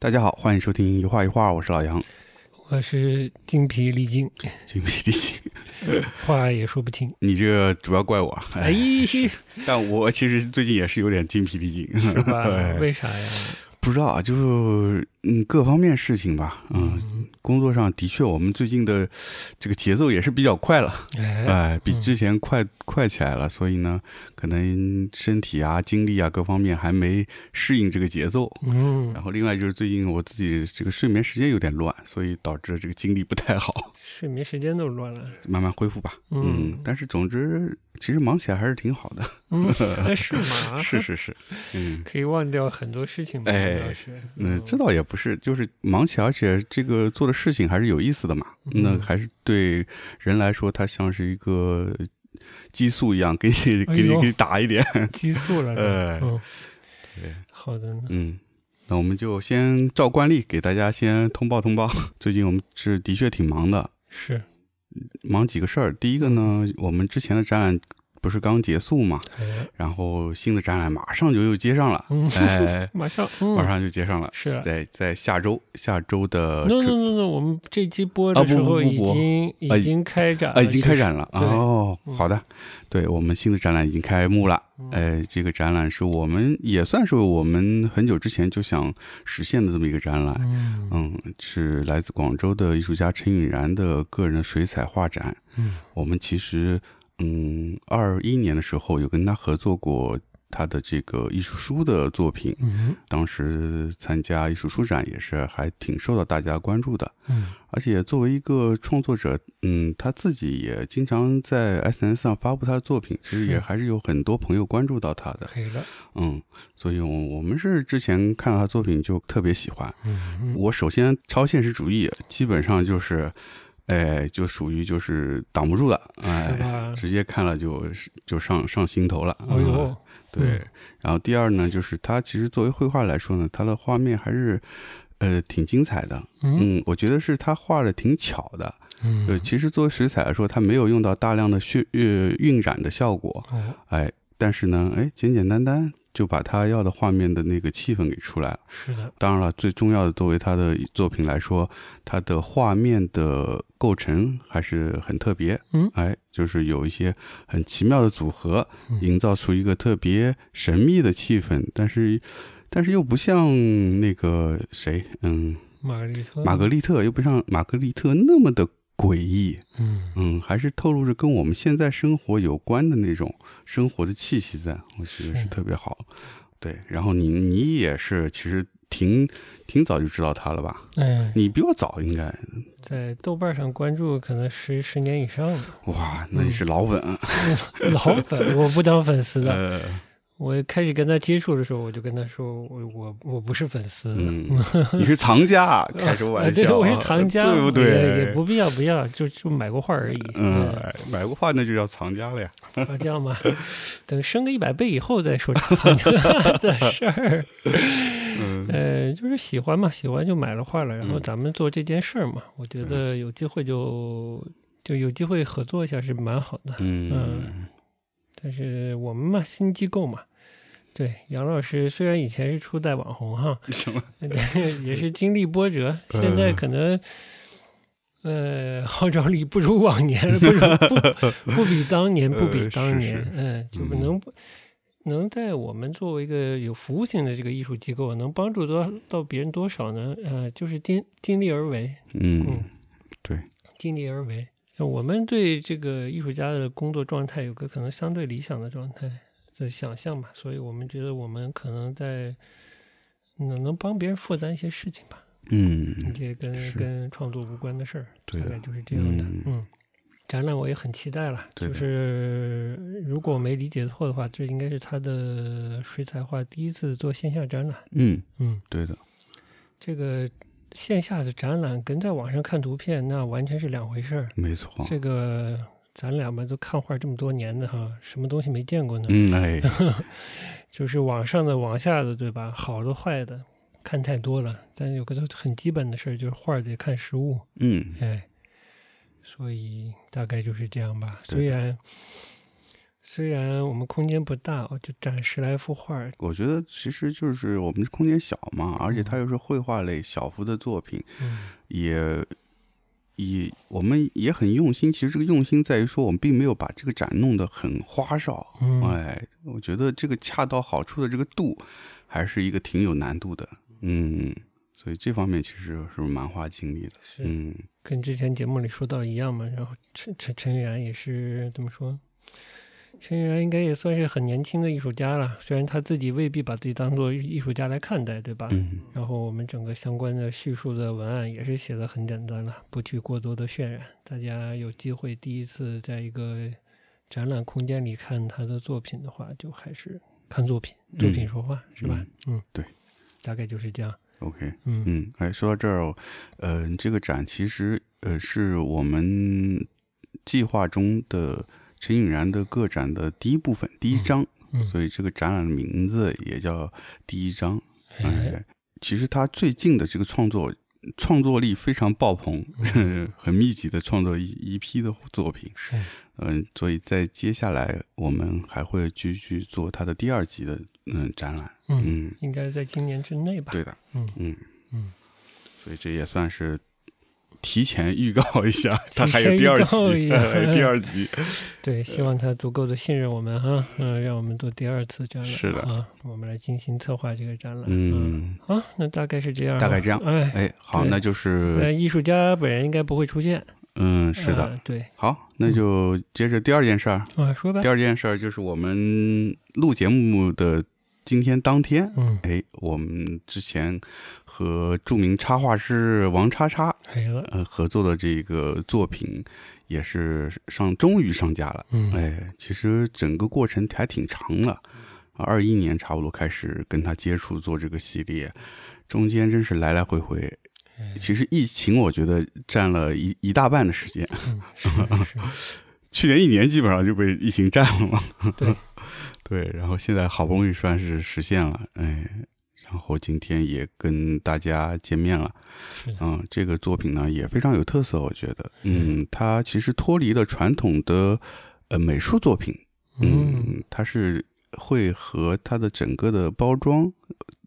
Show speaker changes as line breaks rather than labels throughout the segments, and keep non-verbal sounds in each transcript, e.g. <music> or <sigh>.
大家好，欢迎收听一画一画，我是老杨。
我是精疲
<laughs>
力尽，
精疲力尽， <laughs>
话也说不清。
你这个主要怪我啊，
哎
哎，， <laughs> 但我其实最近也是有点精疲力尽， <laughs>
是吧
哎？
为啥呀？
不知道啊，就是嗯各方面事情吧，嗯，
嗯，
工作上的确我们最近的这个节奏也是比较快了，
哎，
哎，比之前快、快起来了，所以呢，可能身体啊、精力啊各方面还没适应这个节奏。
嗯
然，后，另外就是最近我自己这个睡眠时间有点乱，所以导致这个精力不太好，
睡眠时间都乱了。
<laughs> 慢慢恢复吧。
嗯
嗯，但是总之，其实忙起来还是挺好
<laughs>
的。
嗯，哎是吗？
<laughs> 是，是是，
<laughs>
嗯，
可以忘掉很多事情吗？
哎
倒是，哦
嗯，这倒也不是，就是忙起来，而且这个做的事情还是有意思的嘛。那
嗯
还是对人来说，它像是一个激素一样，给你
哎
给你
呦
给你打
<laughs>
一点。
激素了。
哎
嗯
对，
好的呢。
嗯，那我们就先照惯例给大家先通报通报， <laughs> 最近我们是的确挺忙的，
是，
忙几个事儿。第一个呢，我们之前的展览不是刚结束嘛，
哎，
然后新的展览马上就又接上了，
嗯，
哎
马上， <laughs> 嗯
马。上就接上了，
是
在在下周下周的
no
这
no no no，我们这期播
啊
的
不
时
不
候
不
已
不
经
啊
已经开展
啊，已经开
呃其实
展了
对
哦，
嗯
好的，对我们新的展览已经开幕了。呃，这个展览是我们也算是我们很久之前就想实现的这么一个展览，
嗯
嗯，是来自广州的艺术家陈允然的个人的水彩画展。
嗯
我们其实，嗯，二一年的时候有跟他合作过他的这个艺术书的作品，
嗯
当时参加艺术书展也是还挺受到大家关注的。
嗯
而且作为一个创作者，嗯，他自己也经常在 SNS 上发布他的作品，其实也
是
还是有很多朋友关注到他的。
可以了。
嗯，所以我我们是之前看到他作品就特别喜欢。
嗯
我首先超现实主义，基本上就是，哎，就属于就是挡不住了，
嗯，是
哎，
吧？
直接看了就就上上心头了。
哎
嗯
呦，
对
嗯。
然后第二呢，就是它其实作为绘画来说呢，它的画面还是。呃，挺精彩的，
嗯
嗯，我觉得是他画的挺巧的。
嗯
对，其实作为水彩来说，它没有用到大量的渲呃晕染的效果，
哦，
哎，但是呢，哎，简简单单就把他要的画面的那个气氛给出来了。
是的，
当然了，最重要的作为他的作品来说，他的画面的构成还是很特别。
嗯
哎，就是有一些很奇妙的组合，
嗯
营造出一个特别神秘的气氛，但是。但是又不像那个谁，嗯，
玛格丽特，
玛格，丽特，又不像玛格丽特那么的诡异，
嗯，
嗯，还是透露着跟我们现在生活有关的那种生活的气息在，我觉得是
是
特别好。对，然后你你也是，其实挺挺早就知道他了吧？
哎，
你比我早，应该
在豆瓣上关注可能十十年以上了，
哇，那你
嗯
是老粉。
<laughs> 老粉，我不当粉丝的。
呃，
我开始跟他接触的时候，我就跟他说，我我我不是粉丝。
嗯，你是藏家，开什么玩笑啊？
<laughs> 啊对，我是藏家，
对不
也
对？
也不必要，不要，就就买过画而已。
嗯，哎买过画那就叫藏家了呀。
嗯，那这样吧， <laughs> 等升个一百倍以后再说藏家 <laughs> 的事儿。
嗯
呃，就是喜欢嘛，喜欢就买了画了，然后
嗯
咱们做这件事儿嘛，我觉得有机会就就有机会合作一下是蛮好的。
嗯 <laughs>
但是我们嘛，新机构嘛，对杨老师虽然以前是初代网红哈，
什么？
但是也是经历波折，
呃
现在可能。呃，号召力不如往年，不如不不比当年，不比
呃
当
是
年，
是
嗯，就
嗯
是能、能在我们作为一个有服务性的这个艺术机构，能帮助多到别人多少呢？呃，就是尽尽力而为，
嗯
嗯，
对，
尽力而为。像我们对这个艺术家的工作状态有个可能相对理想的状态的想象吧，所以我们觉得我们可能在能能帮别人负担一些事情吧，
嗯，
一些跟跟创作无关的事儿，
对
大概
的，
就是这样的
嗯。
嗯，展览我也很期待了，
对
就
的
是如果我没理解错的话，这应该是他的水彩画第一次做线下展览。
嗯，
嗯，
对的，
这个线下的展览跟在网上看图片那完全是两回事儿。
没错。
这个咱俩嘛都看画这么多年的哈，什么东西没见过呢？
嗯，哎，
就是网上的、网下的，对吧？好的、坏的，看太多了。但有个很基本的事儿，就是画儿得看实物，
嗯，
哎，所以大概就是这样吧。
对的
虽然虽然我们空间不大，我就展十来幅画儿，
我觉得其实就是我们空间小嘛，而且它又是绘画类小幅的作品，
嗯
也也我们也很用心。其实这个用心在于说，我们并没有把这个展弄得很花哨。
嗯，
哎，我觉得这个恰到好处的这个度，还是一个挺有难度的。嗯，所以这方面其实是蛮花精力的。
是
嗯，
跟之前节目里说到一样嘛。然后陈陈陈远也是怎么说？陈远应该也算是很年轻的艺术家了，虽然他自己未必把自己当做艺术家来看待，对吧？
嗯
然后我们整个相关的叙述的文案也是写的很简单了，不去过多的渲染。大家有机会第一次在一个展览空间里看他的作品的话，就还是看作品，作品说话、是吧？嗯，
对，
大概就是这样。
，OK。
嗯
嗯，哎，说到这儿哦，呃，这个展其实呃是我们计划中的陈颖然的个展的第一部分，第一章，
嗯，
所以这个展览的名字也叫第一章。
哎，
哎，其实他最近的这个创作创作力非常爆棚， <laughs> 很密集的创作一一批的作品。
嗯是
嗯，所以在接下来我们还会继续做他的第二集的嗯展览。
嗯，
嗯，
应该在今年之内吧？
对的。
嗯
嗯
嗯，
所以这也算是提前预告一
<laughs>
下，它
提
还有
前
第二
预告
集，<laughs>
一下
第二
<laughs>
集。
对，希望他足够的信任我们哈，嗯、让我们做第二次展览，
是的
啊，我们来精心策划这个展览，啊
嗯，
好、那大概是这样啊，
大概这样
哎，
哎，好，
对
那就是
但艺术家本人应该不会出现。
嗯，是的
呃，对
好，那就接着第二件事儿。
啊，说吧
第。二件事儿就是我们录节目的今天当天。
嗯，
哎，我们之前和著名插画师王叉叉
没了。
呃合作的这个作品，也是上终于上架了。
嗯，
哎，其实整个过程还挺长的，二一年差不多开始跟他接触做这个系列，中间真是来来回回。
嗯哎
其实疫情我觉得占了一一大半的时间，
嗯，是
<laughs>
是是，
去年一年基本上就被疫情占了嘛。
对
<laughs> 对，然后现在好不容易算是实现了，哎，然后今天也跟大家见面了。
是的，
嗯，这个作品呢也非常有特色，我觉得，嗯，它其实脱离了传统的呃美术作品，
嗯
嗯，它是会和它的整个的包装，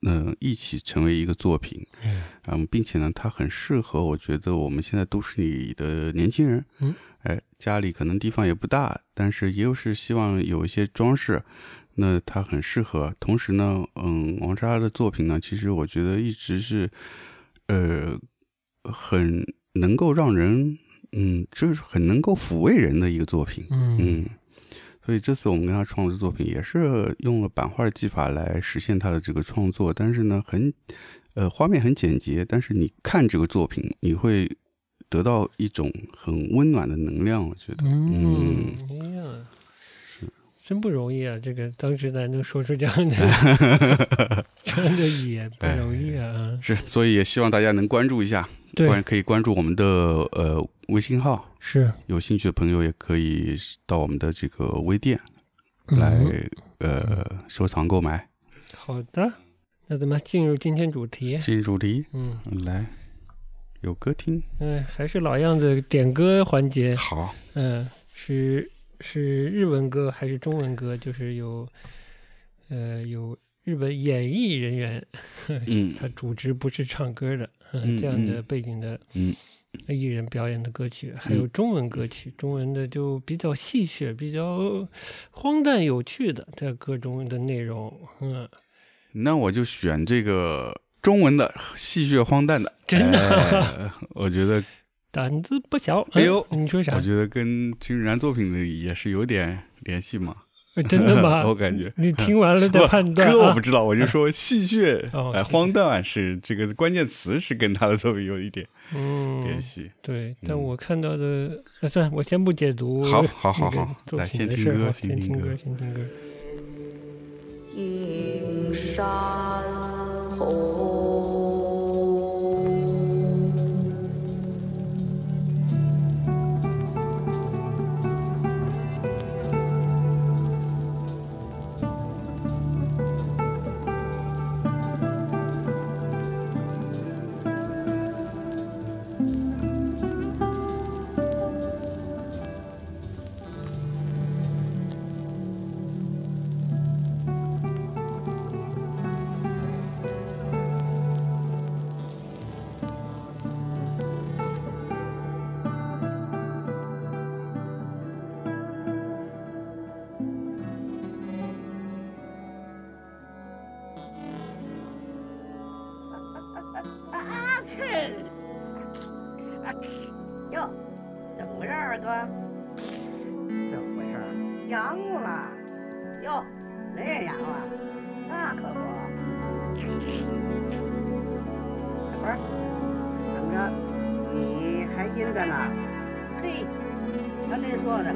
嗯、一起成为一个作品，
嗯
嗯，并且呢，它很适合我觉得我们现在都市里的年轻人，
嗯，
哎，家里可能地方也不大，但是也有是希望有一些装饰，那它很适合。同时呢，嗯，王莎莎的作品呢，其实我觉得一直是，呃，很能够让人，嗯，就是很能够抚慰人的一个作品，
嗯
嗯，所以这次我们跟他创作作品也是用了版画技法来实现他的这个创作，但是呢，很呃画面很简洁，但是你看这个作品，你会得到一种很温暖的能量，我觉得。
嗯，哎呀，真不容易啊！这个当时咱能说出这样的
<laughs>
这样的也不容易啊。
是，所以也希望大家能关注一下，哎关
对，
可以关注我们的呃微信号，
是
有兴趣的朋友也可以到我们的这个微店
嗯
来、呃收藏购买。
好的。那咱们进入今天主题。
进入主题，
嗯，
来有歌听，
哎，还是老样子，点歌环节。
好，
嗯，是是日文歌还是中文歌？就是有，呃，有日本演艺人员，
嗯
他主职不是唱歌的，呃
嗯
这样的
嗯
背景的
嗯。
艺人表演的歌曲，还有中文歌曲，中文的就比较戏谑、比较荒诞有趣的这歌中的内容，嗯，
那我就选这个中文的戏谑荒诞的，
真的
哎我觉得，
胆子不小。
哎呦
嗯你说啥
我？觉得跟金然作品里也是有点联系嘛。
呃真的吗？
<laughs> 我感觉
<laughs> 你听完了再啊判断
歌我
啊
不。知道，我就
<laughs>
说戏谑
哦，
哎，
戏谑
荒诞是这个关键词是跟他的作品有一点
嗯，
联系。
对，但
嗯
我看到的，啊、算了，我先不解读
好
那
好好
个
好
作
来
品
先
的
听
事儿
歌
啊
先
先
听
听
歌
歌，先听歌。
映
啊
山红。
哟，怎么回事儿，二哥？
怎么回事儿？
阳了？哟，谁也阳了？啊
那可不，
不是，
怎么着？你还阴着呢？
嘿，刚才人说的，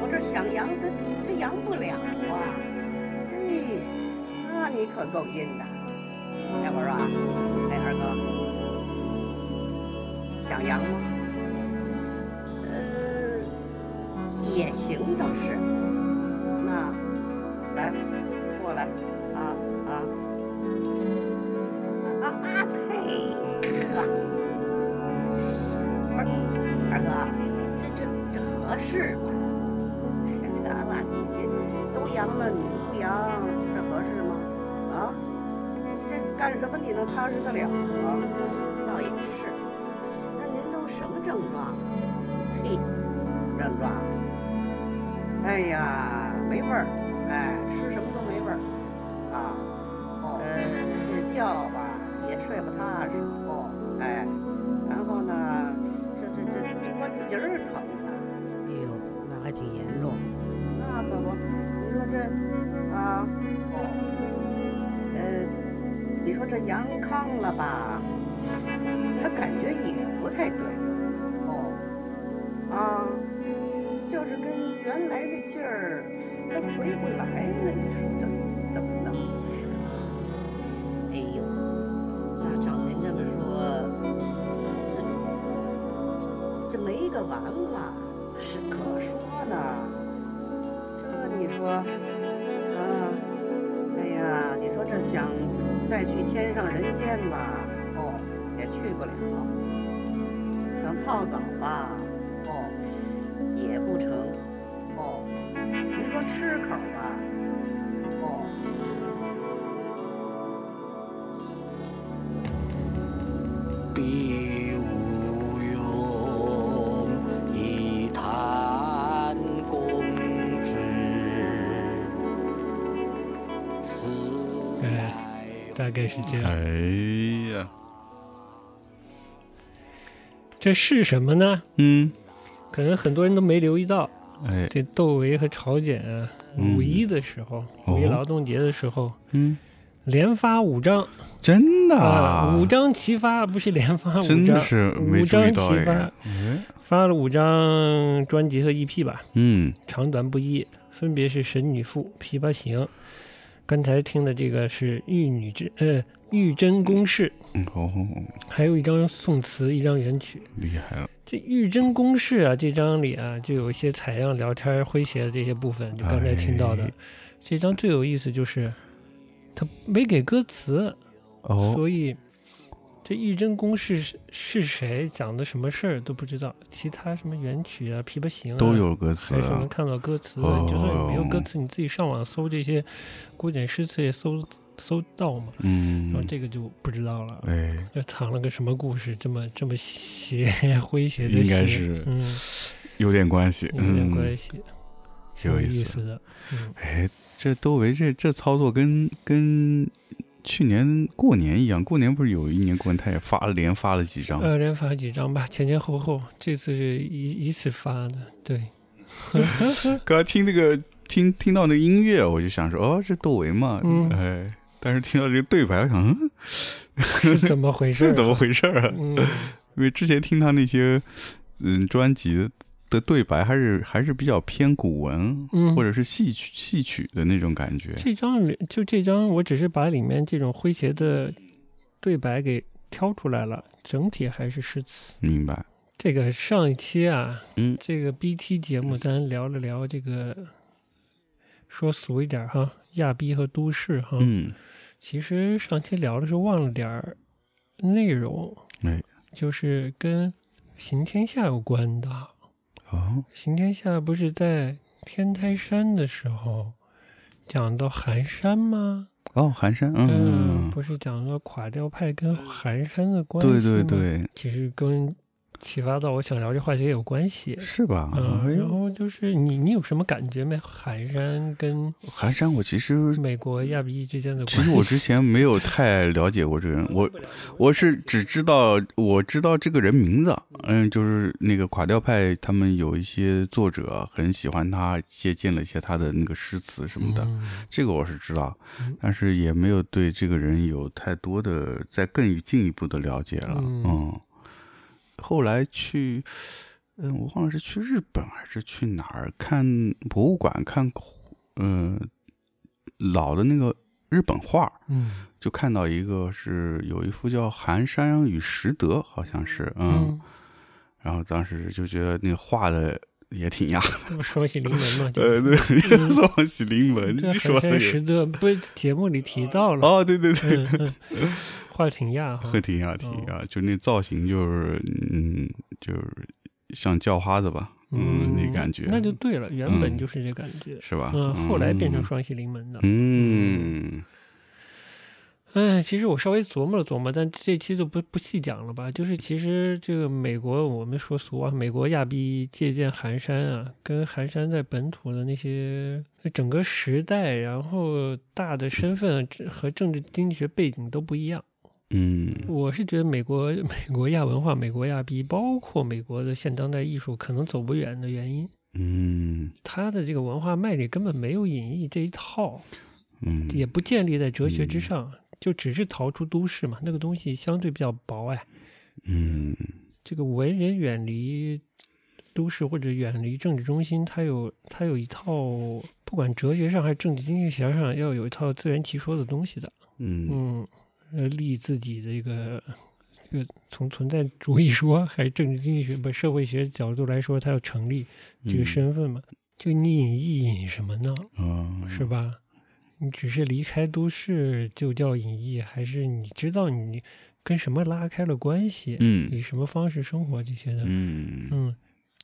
我这想阳，它它阳不了啊。
嘿，那你可够阴的。
待会儿啊，哎，二哥，
想阳吗？
呃，也行倒是
那来，过来。
啊啊，
啊啊呸！
呵，不是，二哥，这这这合适吗？
得了，你这都阳了，你不阳，这合适吗？啊？这干什么你能踏实得了啊？
倒也是。那您都什么症状啊？
嘿，症状。哎呀，没味儿，哎，吃什么都没味儿，啊，
哦
呃，这觉吧也睡不踏实，
哦，
哎，然后呢，这这这这关节儿疼啊，
哎呦，那还挺严重。
那可不，你说这啊，
哦，
呃，你说这阳康了吧，他感觉也不太对
哦，
啊，就是跟原来那劲儿，他回不来了，你说这怎么弄？
哎呦，那照您这么说，这这这没个完了。
是可说呢，这你说，啊，哎呀，你说这想再去天上人间吧，
哦
也去不了；想泡澡吧，
哦
也不成。
哦
你说吃口吧，
哦，
必无用，以谈公之。此
哎
乃
大概是这
嗯
样。
哎呀，
这是什么呢？
嗯，
可能很多人都没留意到，
哎，
这窦唯和朝鲜啊，
嗯
五一的时候，
哦
五一劳动节的时候，
嗯，
连发五张
真的啊
啊，五张齐发，不是连发，
真
五
的
张
是没注
五
意
张
到
齐
哎
发，，发了五张专辑和 EP 吧，
嗯，
长短不一，分别是《神女赋》《琵琶行》。刚才听的这个是《玉女之》呃《玉真公式
嗯哦，》，
还有一张宋词，一张元曲。
厉害了，
这《玉真公式》啊，这章里啊，就有一些采样、聊天、诙谐的这些部分，就刚才听到的。
哎
这章最有意思就是，他没给歌词，
哦，
所以这《玉真公式》是是谁讲的什么事儿都不知道。其他什么元曲啊、琵琶行啊，
都有歌词
还是能
啊，
看到歌词的。
哦
你就算有没有歌词，你自己上网搜这些古典诗词也搜搜到嘛。然后
嗯，
这个就不知道 <laughs> 了，
哎，
这藏了个什么故事？这么这么邪 <laughs> 诙谐的
应该
邪
是
嗯。
有点关系，
有点
嗯
关，系，
挺
挺
有
意
意思。
思的。嗯，
哎，这窦唯这这操作跟跟去年过年一样，过年不是有一年过年他也发了连发了几张，
呃，连发几张吧，前前后后，这次是一一次发的，
<laughs>
对，
刚刚听那个听听到那个音乐，我就想说哦，这窦唯嘛，
嗯
哎，但是听到这个对白，我想
<laughs>
嗯，
是怎么回事
这
儿？
是怎么回事儿啊？
嗯，
因为之前听他那些嗯专辑的对白，还是还是比较偏古文。
嗯，
或者是戏曲戏曲的那种感觉，
这张里就这张，我只是把里面这种诙谐的对白给挑出来了，整体还是诗词。
明白？
这个上一期啊，
嗯
这个 BT 节目咱聊了聊这个，说俗一点儿哈，亚逼和都市哈，
嗯，
其实上期聊的时候忘了点儿内容，
哎，
就是跟行天下有关的。
哦，
行天下不是在天台山的时候讲到寒山吗？
哦，寒山，嗯，
不是讲到垮掉派跟寒山的关系
对
吗
对，对，
其实跟启发到我想聊这话题也有关系。
是吧？哎
嗯，然
呦，
后就是你，你有什么感觉没？寒山跟
寒山，我其实
美国亚比裔之间的关系？
其实我之前没有太了解过这个人，我我是只知道我知道这个人名字，嗯，就是那个垮掉派，他们有一些作者很喜欢他，借鉴了一些他的那个诗词什么的，
嗯
这个我是知道
嗯，
但是也没有对这个人有太多的再更进一步的了解了，
嗯
嗯，后来去。嗯，我忘了是去日本还是去哪儿看博物馆看，嗯、老的那个日本画，
嗯
就看到一个是有一幅叫《寒山与拾得》，好像是，嗯，然后当时就觉得那画的也挺 <laughs> 雅，
这不双喜临门
<laughs>
嘛？就
呃，对，双喜临门，
这
你说的
寒山
也
石则不是节目里提到了，
哦，对对对，
嗯嗯，哦话挺亚哈
呵，，挺雅，挺雅，就那造型就是，嗯，就是像叫花子吧，嗯，那感觉，
那就对了，原本
嗯
就是这感觉，
是吧？
嗯，后来变成
嗯
双喜临门的。
嗯，
哎，其实我稍微琢磨了琢磨，但这期就不不细讲了吧。就是其实这个美国，我们说俗啊，美国亚裔借鉴寒山啊，跟寒山在本土的那些整个时代，然后大的身份和政治经济学背景都不一样。
嗯，
我是觉得美国 <laughs> 美国亚文化、美国亚裔，包括美国的现当代艺术，可能走不远的原因，
嗯，
它的这个文化脉理根本没有演绎这一套。
嗯，
也不建立在哲学之
嗯
上，就只是逃出都市嘛，那个东西相对比较薄哎。
嗯，
这个文人远离都市或者远离政治中心，它有它有一套，不管哲学上还是政治经济学上，要有一套自圆其说的东西的。
嗯，
嗯，呃，立自己的一个。这个从存在主义说，还是政治经济学不社会学角度来说，它要成立这个
嗯
身份嘛？就你引意引什么呢？
啊，
是吧？你只是离开都市就叫隐逸，还是你知道你跟什么拉开了关系，以
嗯，
什么方式生活这些的？
嗯，
嗯，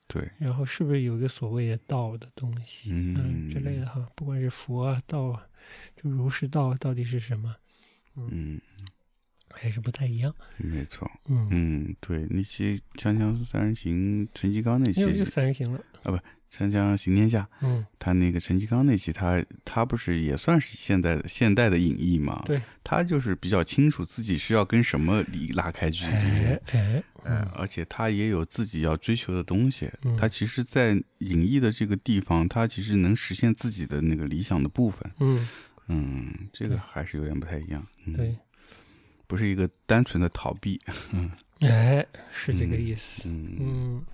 对，
然后是不是有一个所谓的道的东西？嗯，之类
嗯
的哈，不管是佛啊、道啊，就儒释道到底是什么，
嗯，
还是不太一样。
没错。
嗯，
嗯，对，那期《锵锵三人行》，陈其刚那期
又又
《
三人行了。
锵锵行天下》，
嗯，
他那个陈其刚那期，他他不是也算是现代的现代的隐逸嘛？
对，
他就是比较清楚自己是要跟什么离拉开距离
哎，哎，
嗯，而且他也有自己要追求的东西。
嗯
他其实，在隐逸的这个地方，他其实能实现自己的那个理想的部分。
嗯，
嗯，这
对
个还是有点不太一样。嗯、
对，，
不是一个单纯的逃避。
哎，是这个
嗯
意思。
嗯
嗯，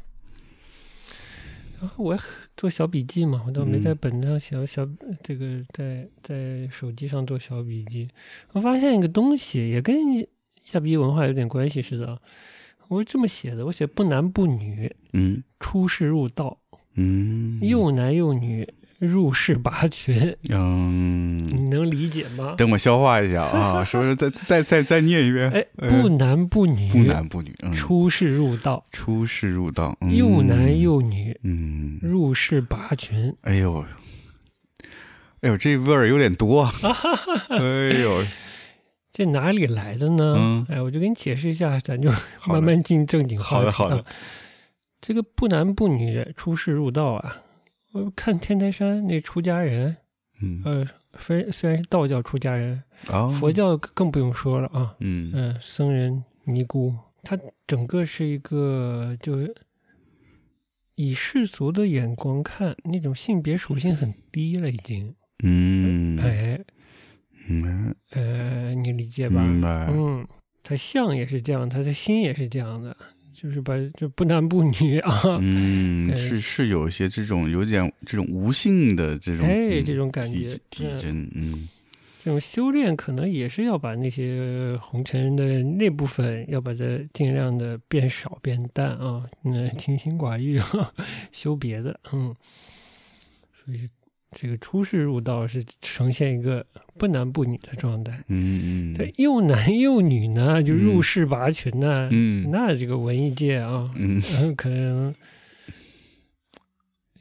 然后我很做小笔记嘛，我倒没在
嗯
本子上写小，这个在在手机上做小笔记。我发现一个东西也跟亚比文化有点关系似的啊，我是这么写的，我写不男不女，
嗯
出世入道，
嗯，
幼男幼女，入世拔群，
嗯。
你能理解吗？
等我消化一下啊，是不是再再再再念一遍？
哎，
呃
不男不女，
不男不女，嗯，
出世入道，
出世入道，嗯
幼男，幼女，
嗯，
入世拔群。
哎呦，哎呦，这味儿有点多
<laughs>
啊，哎呦，
这哪里来的呢？
嗯
哎，我就给你解释一下，咱就
<laughs> 好的
慢慢进正经话
好
题、
的
啊。
好的，
这个不男不女出世入道啊，我看天台山那出家人，
嗯，
呃，虽虽然是道教出家人，
啊，
佛，教更不用说了啊，
嗯
嗯、僧人、尼姑，他整个是一个就是以世俗的眼光看，那种性别属性很低了，已经。
嗯，
哎，
嗯，
呃，你理解吧？
明白，
嗯，他相也是这样，他的心也是这样的，就是把就不男不女啊，
嗯，
哎
是是有一些这种有点这种无性的这种，
哎
嗯
这种感
提
觉
提真，嗯
这种修炼可能也是要把那些红尘的那部分，要把它尽量的变少变淡啊，那清心寡欲啊， <laughs> 修别的，嗯，所以这个出世入道是呈现一个不男不女的状态。
嗯
这
嗯
又男又女呢，就入
嗯
世拔群呢，
嗯
那这个文艺界啊，
嗯，
嗯，可能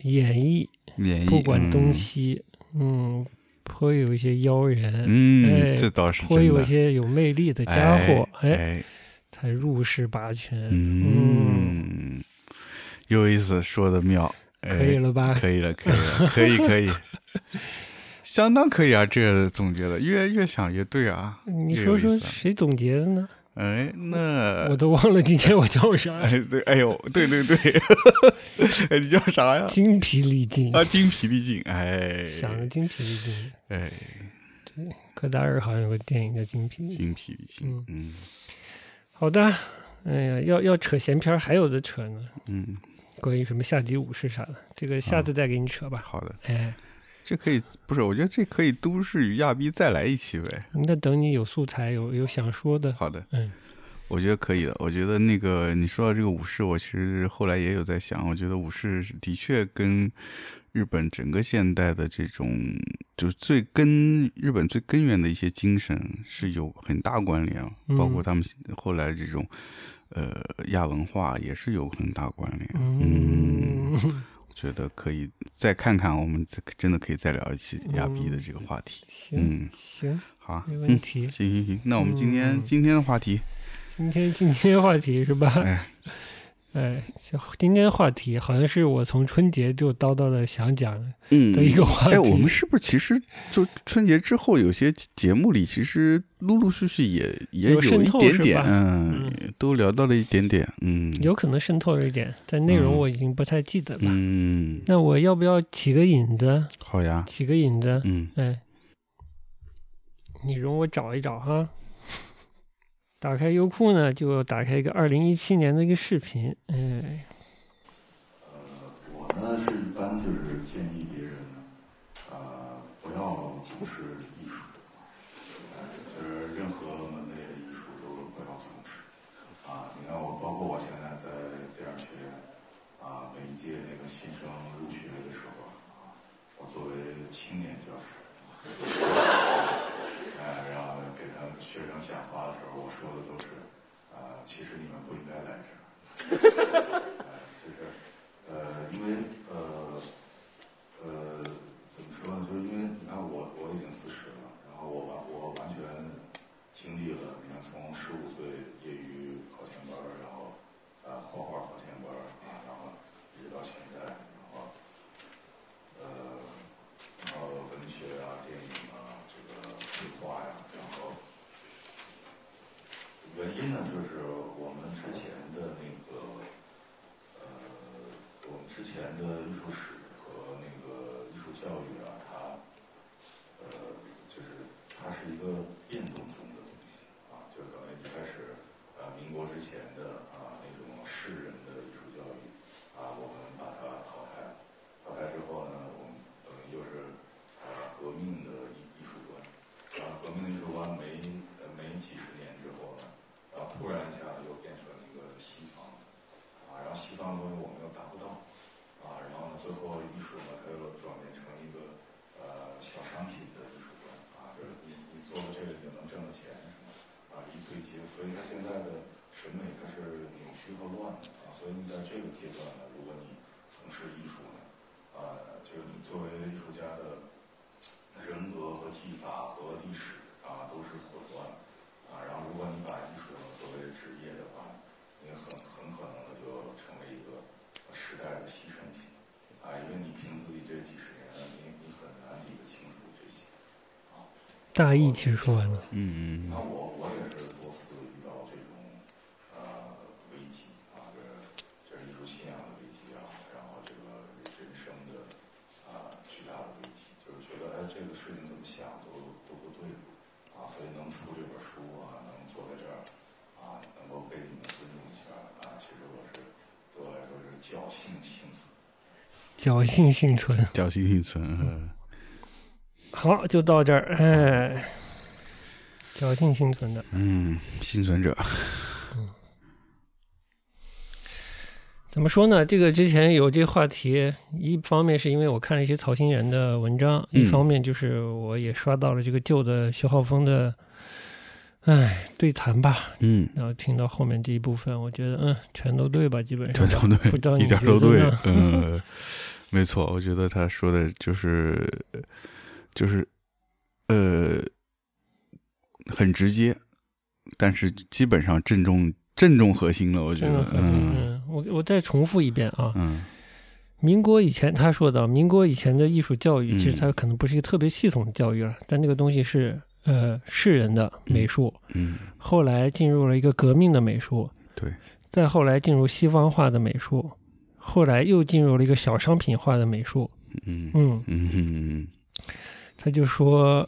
演绎
免疫，
不管东
嗯，
西，嗯，颇有一些妖人，
嗯，
哎
这倒是
颇
真
有一
的。
些有魅力的家伙，哎，
哎，
才入世八圈。
嗯，有意思，说的妙，哎
可以了 <laughs> 吧？
可以了，可以了，可以，
<laughs>
可以，相当可以啊！这总结的越越想越对啊，
你
越
说
有意
说
思啊
谁总结的呢？
哎，那
我都忘了今天我叫啥，
哎对，哎呦，对对
<laughs>
对，哎，你叫啥呀？
精疲力尽，
啊，精疲力尽，哎，
想的精疲力尽。
哎，
柯达尔好像有个电影叫《精疲力尽》。
精疲力尽，嗯
好的，哎呀，要要扯闲篇儿，还有的扯呢，
嗯，
关于什么下级武士啥的，这个下次再给你扯吧。
好的，
哎，
这可以不是？我觉得这可以都市与亚逼再来一期呗。
那等你有素材，有有想说的，
好的，
嗯，
我觉得可以的。我觉得那个你说到这个武士，我其实后来也有在想，我觉得武士是的确跟日本整个现代的这种，就是最根日本最根源的一些精神是有很大关联，啊
嗯
包括他们后来这种呃亚文化也是有很大关联。
嗯， <laughs>
我觉得可以再看看，我们这个真的可以再聊一期亚逼的这个话题。
行
嗯
行，
好啊，
没问题
嗯行行行，那我们今天、
嗯
今天的话题，
今天今天话题是吧？
哎，
<laughs> 哎，行今天话题好像是我从春节就叨叨的想讲
嗯，
的一个话题。
哎，我们是不是其实就春节之后，有些节目里其实陆陆续续也也
有渗
一
透
点
是
点，
吧
嗯，都聊到了一点点，嗯，
有可能渗透了一点，但内容我已经不太记得了。
嗯，
那我要不要起个引子？
好呀，
起个引子，
嗯，
哎，你容我找一找哈。打开优酷呢，就打开一个二零一七年的一个视频，哎，
我呢是一般就是建议别人，呃，不要从事艺术，呃就是任何门类的艺术都不要从事。啊，你看我，包括我现在在电影学院，啊，每一届那个新生入学的时候，啊，我作为青年教师，哎，然后给他们学生讲话的时候，我说的都是，啊，其实你们不应该来这儿。 <laughs> 哎就是呃，因为呃呃，怎么说呢？就是因为你看我我已经四十了，然后我完我完全经历了，你看从十五岁业余考前班儿，然后呃画画考前班儿啊，然后一直到现在，然后呃，然后文学啊、电影啊、这个绘画呀，然后。原因呢，就是我们之前的那个呃，我们之前的艺术史和那个艺术教育啊，它呃，就是它是一个变动中的东西啊，就可能一开始啊，民国之前的啊那种士人的艺术教育啊，我们把它淘汰，淘汰之后呢，我们等于就是呃革命的艺艺术观，啊，革命的艺术观没呃没几十年之后呢，然后突然一下又变成一个西方的。啊，然后西方的东西我们又达不到，啊，然后呢，最后艺术呢，它又转变成一个呃小商品的艺术观啊，就是你你做了这个你就能挣到钱什么啊，一对接，所以它现在的审美它是扭曲和乱的啊，所以你在这个阶段呢，如果你从事艺术呢，啊，就是你作为艺术家的人格和技法和历史啊都是混乱的啊，然后如果你把艺术呢作为职业的话，你很很可能的就成为一个时代的牺牲品啊，因为你凭自己这几十年，你你很难理得清楚这些。
大意其实说完了，
嗯
那我我也是多次遇到这种呃危机啊，这这艺术信仰的危机啊，然后这个人生的啊巨大的危机，就是觉得哎这个事情怎么想都都不对啊，所以能出这本书啊，能坐在这儿啊，能够被你们尊重一下啊，其实我是对我来说是侥幸幸存。
侥幸幸存。
侥幸幸存，呃
好，就到这儿，哎，侥幸幸存的。
嗯，幸存者，
怎么说呢？这个之前有这话题，一方面是因为我看了一些曹新元的文章，
嗯
一方面就是我也刷到了这个旧的徐浩峰的，哎，对谈吧。
嗯，
然后听到后面这一部分，我觉得嗯，全都对吧，基本上
全都对，
不知道
一
你
点
觉
都
得
对
呢，
嗯， <laughs> 没错，我觉得他说的就是就是呃很直接，但是基本上正中正中核心了，我觉
真的
得，
很
嗯
嗯，我我再重复一遍啊，
嗯
民国以前他说的，民国以前的艺术教育，
嗯
其实它可能不是一个特别系统的教育了，但那个东西是呃世人的美术，
嗯，
后来进入了一个革命的美术，
对，
再后来进入西方化的美术，后来又进入了一个小商品化的美术，
嗯嗯
嗯，
嗯嗯
他就说，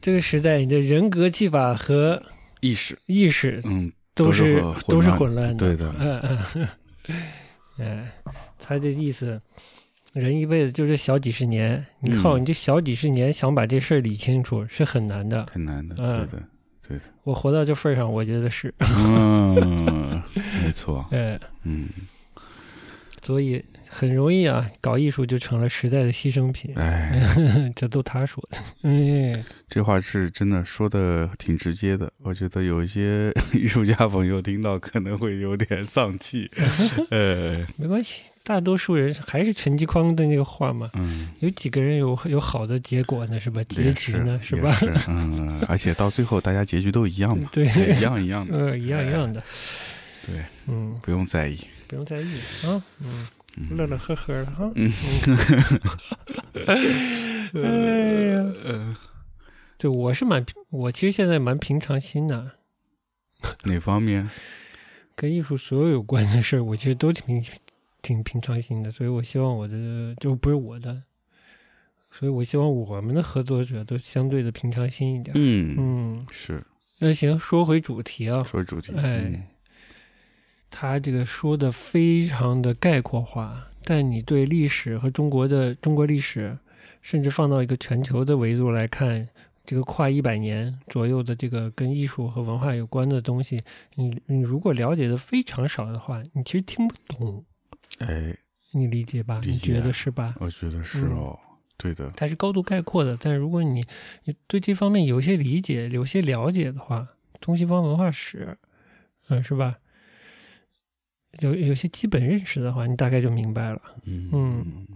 这个时代你的人格技法和
意识，
意识
嗯，
都是
都
都
是
是
混
混乱的，
对的，
<laughs> 嗯嗯，哎，他这意思，人一辈子就这小几十年，你靠
嗯
你这小几十年想把这事儿理清楚是很难的。
很难的，
嗯
对的，对的，
我活到这份儿上，我觉得是，
嗯，没错，
哎，
嗯，
所以很容易啊，搞艺术就成了时代的牺牲品。
哎，
这都他说的， <laughs> 嗯，
这话是真的说的挺直接的，我觉得有一些 <laughs> 艺术家朋友听到可能会有点丧
<laughs>
气，呃，
没关系，大多数人还是陈继匡的那个话嘛，
嗯，
有几个人有有好的结果呢，是吧？结
也
局呢，
是
是
也
吧？
是嗯，而且到最后大家结局都一样嘛，
对
哎一样一样的，
<laughs> 呃，一样一样的，
对，
嗯。
不用
<laughs>
在意，
不用在意啊，嗯，乐乐呵呵的哈，
嗯 <laughs>
嗯，哎呀，
呃，
对我是蛮，我其实现在蛮平常心的，
哪方面？
跟艺术所有有关的事儿，我其实都挺平挺平常心的，所以我希望我的就不是我的，所以我希望我们的合作者都相对的平常心一点。
嗯，
嗯，
是
那行，说回主题啊，
说主题，
哎
嗯
他这个说的非常的概括化，但你对历史和中国的中国历史，甚至放到一个全球的维度来看，这个跨一百年左右的这个跟艺术和文化有关的东西，你你如果了解的非常少的话，你其实听不懂，
哎，
你理解吧？
理
你
解
觉得是吧？
我觉得是
嗯
哦，对的，
它是高度概括的，但如果你你对这方面有一些理解、有些了解的话，东西方文化史，嗯，是吧？有有些基本认识的话，你大概就明白了。
嗯
嗯，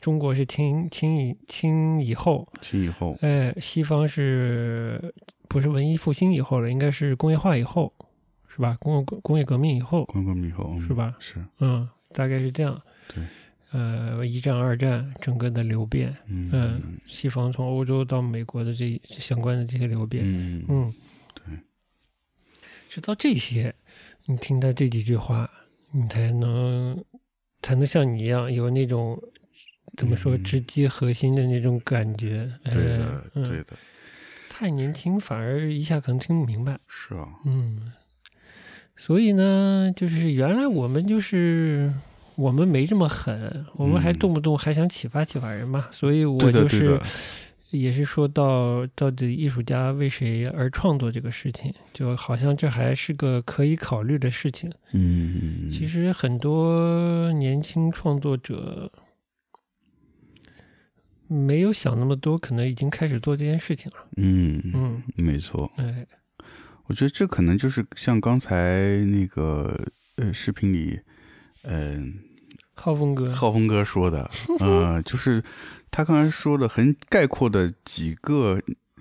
中国是清清以清以后，
清以后，
哎，西方是不是文艺复兴以后了？应该是工业化以后，是吧？工工业革命以后，
关关以后嗯
是吧
是，
嗯，大概是这样。
对，
呃，一战、二战整个的流变，
嗯
嗯，西方从欧洲到美国的这这相关的这些流变，
嗯嗯
嗯，
对，
知道这些，你听他这几句话，你才能才能像你一样有那种怎么说
嗯
直击核心的那种感觉。
对
哎
的，
嗯
对的，
太年轻反而一下可能听不明白，
是啊，
嗯，所以呢，就是原来我们就是。我们没这么狠，我们还
嗯
动不动还想启发启发人嘛，所以我
对的，
就
对
是
的，
也是说到到底艺术家为谁而创作这个事情，就好像这还是个可以考虑的事情。
嗯，
其实很多年轻创作者没有想那么多，可能已经开始做这件事情了。
嗯
嗯，
没错，
哎，
我觉得这可能就是像刚才那个呃视频里，嗯。
浩峰哥，
浩峰哥说
<laughs>
的，呃，就是他刚才说的很概括的几个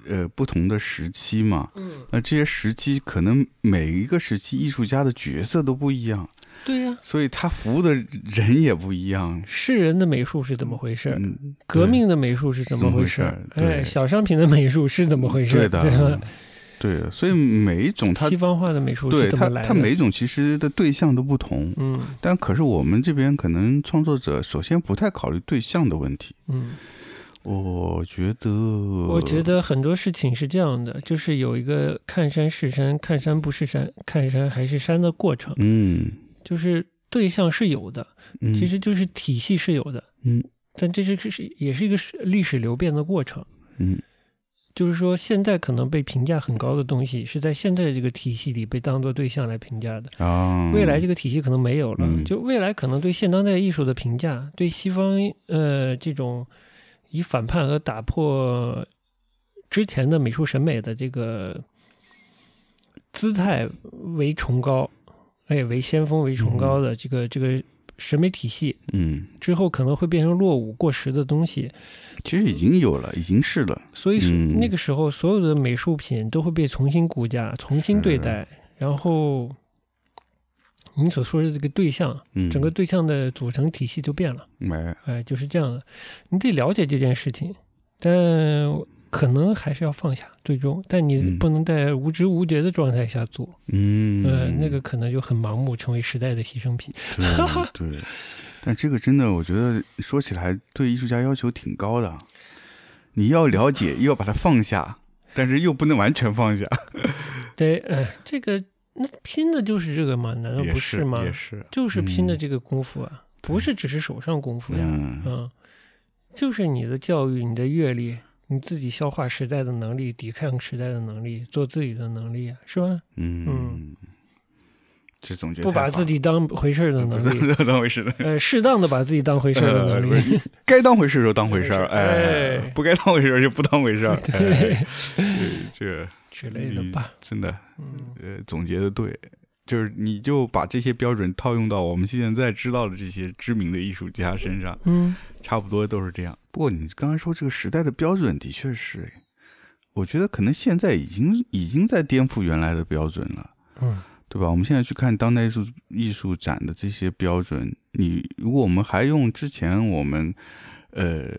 呃不同的时期嘛。
嗯，
那这些时期可能每一个时期艺术家的角色都不一样，
对呀、
所以他服务的人也不一样。
世人的美术是怎么回事？
嗯，
革命的美术是怎么回事？
是怎么回事
哎，
对
小商品的美术是怎么回事？
对的
<laughs> 吧，
对的，所以每一种他
西方化的美术
对
是怎
他
么来的？
他每一种其实的对象都不同，
嗯
但可是我们这边可能创作者首先不太考虑对象的问题，
嗯。
我觉得，我
我觉得很多事情是这样的，就是有一个看山是山，看山不是山，看山还是山的过程，
嗯，
就是对象是有的，
嗯，
其实就是体系是有的，
嗯，
但这是个是也是一个是历史流变的过程，
嗯
就是说现在可能被评价很高的东西，是在现在这个体系里被当做对象来评价的，
啊，
未来这个体系可能没有了，
嗯
就未来可能对现当代艺术的评价，对西方呃这种以反叛和打破之前的美术审美的这个姿态为崇高，哎，为先锋为崇高的这个、这个审美体系，
嗯。
之后可能会变成落伍过时的东西，
其实已经有了，已经是了。
所以是
嗯嗯
那个时候所有的美术品都会被重新估价、重新对待。然后你所说的这个对象，
嗯，
整个对象的组成体系就变了。
没
哎，就是这样的，你得了解这件事情，但可能还是要放下，最终，但你
嗯
不能在无知无觉的状态下做，
嗯
呃，那个可能就很盲目，成为时代的牺牲品。
<laughs> 对对，但这个真的，我觉得说起来对艺术家要求挺高的，你要了解，又要把它放下，但是又不能完全放下，
对，哎，这个那拼的就是这个嘛，难道
也
呃不是吗？
也是，
就是拼的
嗯
这个功夫啊，不是只是手上功夫呀，
嗯
嗯，就是你的教育、你的阅历、你自己消化时代的能力、抵抗时代的能力、做自己的能力啊，是吧？
嗯，这总结
不把
太好
自己当回事儿的
了 <laughs>
能
不
力，
是当回事的。
呃，适当的把自己当回事儿的能
呃
力，
该当回事儿时候当回事儿，
<laughs>
哎，
哎
不该当回事儿就不当回事儿，哎，
<laughs>
对这个
<laughs> 之类的吧。
真的，
嗯，
呃，总结的对，就是你就把这些标准套用到我们现在知道的这些知名的艺术家身上，
嗯，
差不多都是这样。不过你刚才说这个时代的标准，的确是，哎我觉得可能现在已经已经在颠覆原来的标准了。
嗯，
对吧？我们现在去看当代艺术艺术展的这些标准，你如果我们还用之前我们呃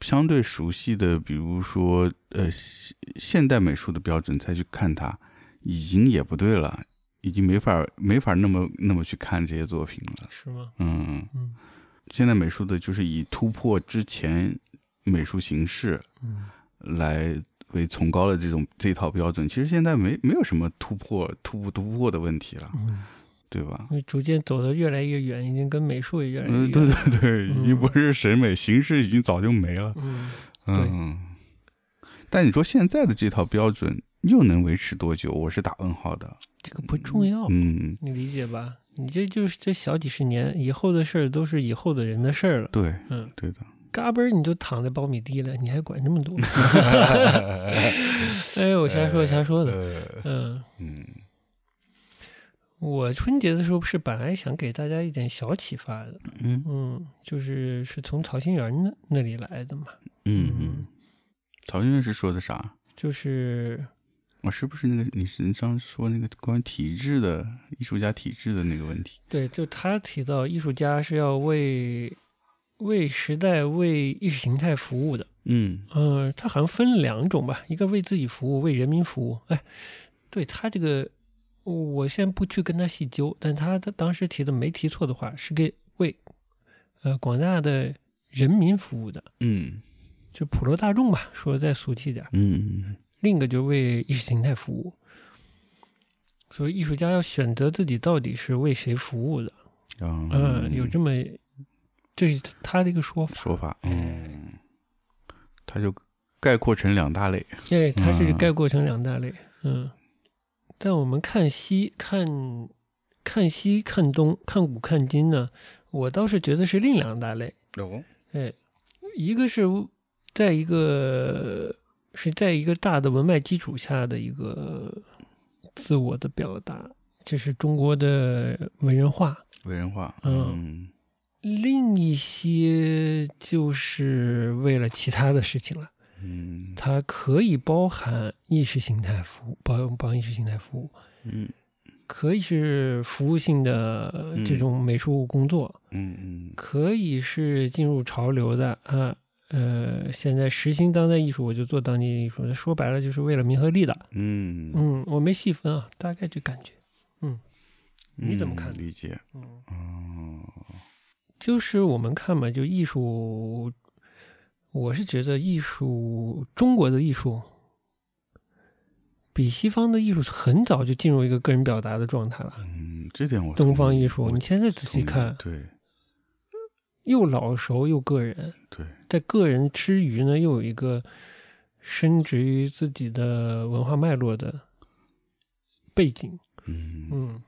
相对熟悉的，比如说呃现现代美术的标准再去看它，已经也不对了，已经没法没法那么那么去看这些作品了。
是吗？
嗯，
嗯
现代美术的就是以突破之前美术形式
嗯，
来为崇高的这种这套标准，其实现在没没有什么突破突不突破的问题了，
嗯
对吧？
因为逐渐走得越来越远，已经跟美术也越来越
嗯，
远。
对对对，已经
嗯
不是审美，形式已经早就没了。
嗯，对
嗯，但你说现在的这套标准又能维持多久？我是打问号的。
这个不重要，
嗯，
你理解吧？你这就是这小几十年以后的事儿，都是以后的人的事儿了。
对，
嗯，
对的，
嘎嘣儿你就躺在苞米地了，你还管那么
<laughs>
多？哎呦，我瞎说瞎说的。
呃，
嗯，
嗯
我春节的时候是本来想给大家一点小启发的，
嗯
嗯，就是是从曹新元那那里来的嘛，
嗯嗯，曹先生是说的啥？
就是
我、是不是那个你是你上次说那个关于体制的艺术家体制的那个问题？
对，就他提到艺术家是要为为时代、为意识形态服务的。
嗯
嗯、他好像分两种吧，一个为自己服务，为人民服务。哎，对他这个，我先不去跟他细究，但他他当时提的没提错的话，是给为呃广大的人民服务的，
嗯
就普罗大众吧，说得再俗气点儿。
嗯
另一个就是为意识形态服务。所以艺术家要选择自己到底是为谁服务的，
嗯，
嗯，有这么，这是他的一个说法。
说法，嗯，它就概括成两大类。
对，它是
嗯
概括成两大类。嗯，但我们看西、看看西、看东、看古、看今呢，我倒是觉得是另两大类。
有，
哎，一个是在一个是在一个大的文脉基础下的一个自我的表达，这是中国的文人画。
文人画，
嗯
嗯
另一些就是为了其他的事情了。
嗯
它可以包含意识形态服务，包包含意识形态服务，
嗯
可以是服务性的呃
嗯
这种美术工作，
嗯
可以是进入潮流的啊。呃，现在实行当代艺术，我就做当代艺术，说白了就是为了名和利的。
嗯嗯，
嗯，我没细分啊，大概就感觉你怎么看呢
理解，
嗯
嗯
就是我们看嘛，就艺术，我是觉得艺术，中国的艺术比西方的艺术很早就进入一个个人表达的状态了。
嗯，这点我
东
同
方
意
艺术，
我
你现在仔
同
细
意
看，
对
又老熟又个人，
对，
在个人之余呢，又有一个深植于自己的文化脉络的背景，
嗯
嗯，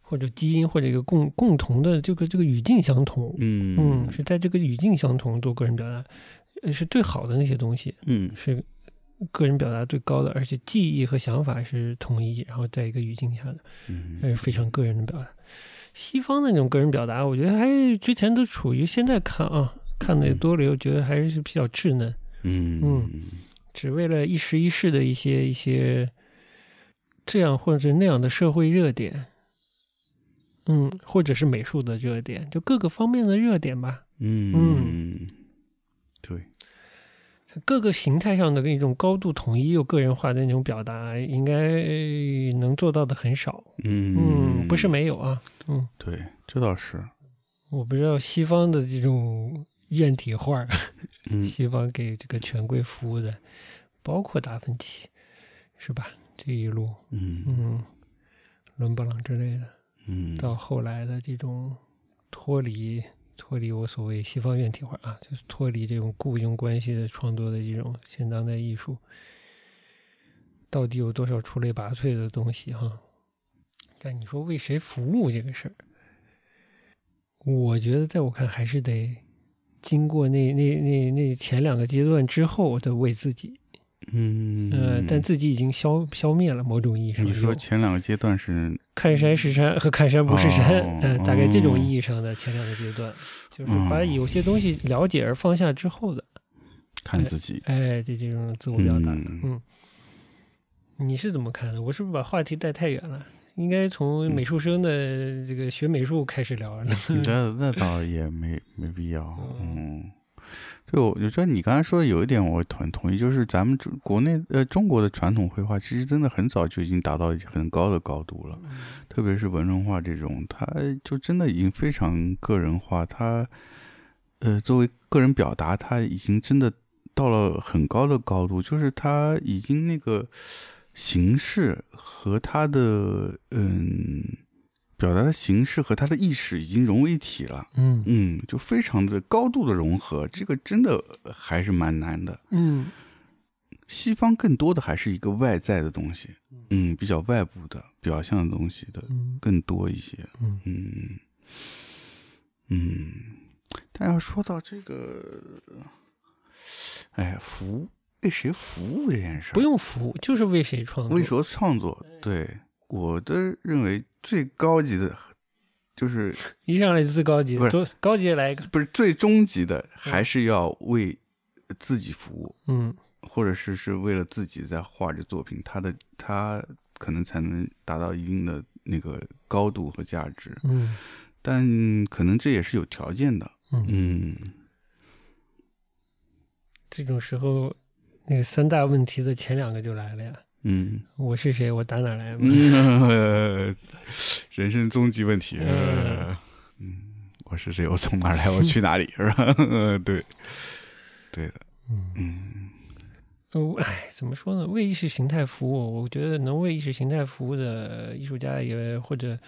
或者基因，或者一个共共同的这个这个语境相同，
嗯
嗯，是在这个语境相同做个人表达，呃，是最好的那些东西，
嗯
是个人表达最高的，而且记忆和想法是统一，然后在一个语境下的，
嗯
呃，非常个人的表达。西方的那种个人表达，我觉得还之前都处于现在看啊，看的也多了，又觉得还是比较稚嫩，
嗯嗯
只为了一时一事的一些一些这样或者那样的社会热点，嗯，或者是美术的热点，就各个方面的热点吧，
嗯，对，
在各个形态上的一种高度统一又个人化的那种表达，应该呃能做到的很少。
嗯
嗯，不是没有啊，嗯，
对，这倒是，
我不知道西方的这种院体画儿，
嗯
西方给这个权贵服务的，包括达芬奇，是吧？这一路，
嗯
嗯，伦勃朗之类的，
嗯，
到后来的这种脱离脱离我所谓西方院体画啊，就是脱离这种雇佣关系的创作的这种现当代艺术，到底有多少出类拔萃的东西哈？但你说为谁服务这个事儿，我觉得在我看还是得经过那那那那前两个阶段之后的为自己，
嗯
呃，但自己已经消消灭了某种意义上。
你说
有
前两个阶段是
看山是山和看山不是山，
哦
呃，大概这种
哦
意义上的前两个阶段，就是
嗯
把有些东西了解而放下之后的，
看自己，
哎，对这种自我表达，
嗯
嗯你是怎么看的？我是不是把话题带太远了？应该
嗯
从美术生的这个学美术开始聊了。
那那倒也没没必要，嗯。对，我我觉得你刚才说的有一点我很同意，就是咱们中国内呃中国的传统绘画，其实真的很早就已经达到很高的高度了，特别是文人画这种，它就真的已经非常个人化，它呃作为个人表达，它已经真的到了很高的高度，就是它已经那个形式和它的嗯表达的形式和它的意识已经融为一体了。
嗯
嗯，就非常的高度的融合，这个真的还是蛮难的。
<laughs> 嗯
西方更多的还是一个外在的东西，嗯，比较外部的表象的东西的
嗯
更多一些。
嗯
嗯嗯，但要说到这个，哎，服务为谁服务这件事儿，
不用服务，就是为谁创作。
为说创作，对我的认为最高级的，就是
一上来就最高级
不，是
多高级来一个。
不是最终极的，还是要为自己服务。
嗯
或者是是为了自己在画着作品，他的他可能才能达到一定的那个高度和价值，
嗯
但可能这也是有条件的。
嗯，
嗯，
这种时候，那个三大问题的前两个就来了呀。
嗯，
我是谁，我打哪来嘛？
嗯 <laughs> 人生终极问题。
嗯
嗯，我是谁？我从哪儿来？我去哪里？是吧？ <laughs> 对，对的。
呃，哎，怎么说呢？为意识形态服务，我觉得能为意识形态服务的艺术家也或者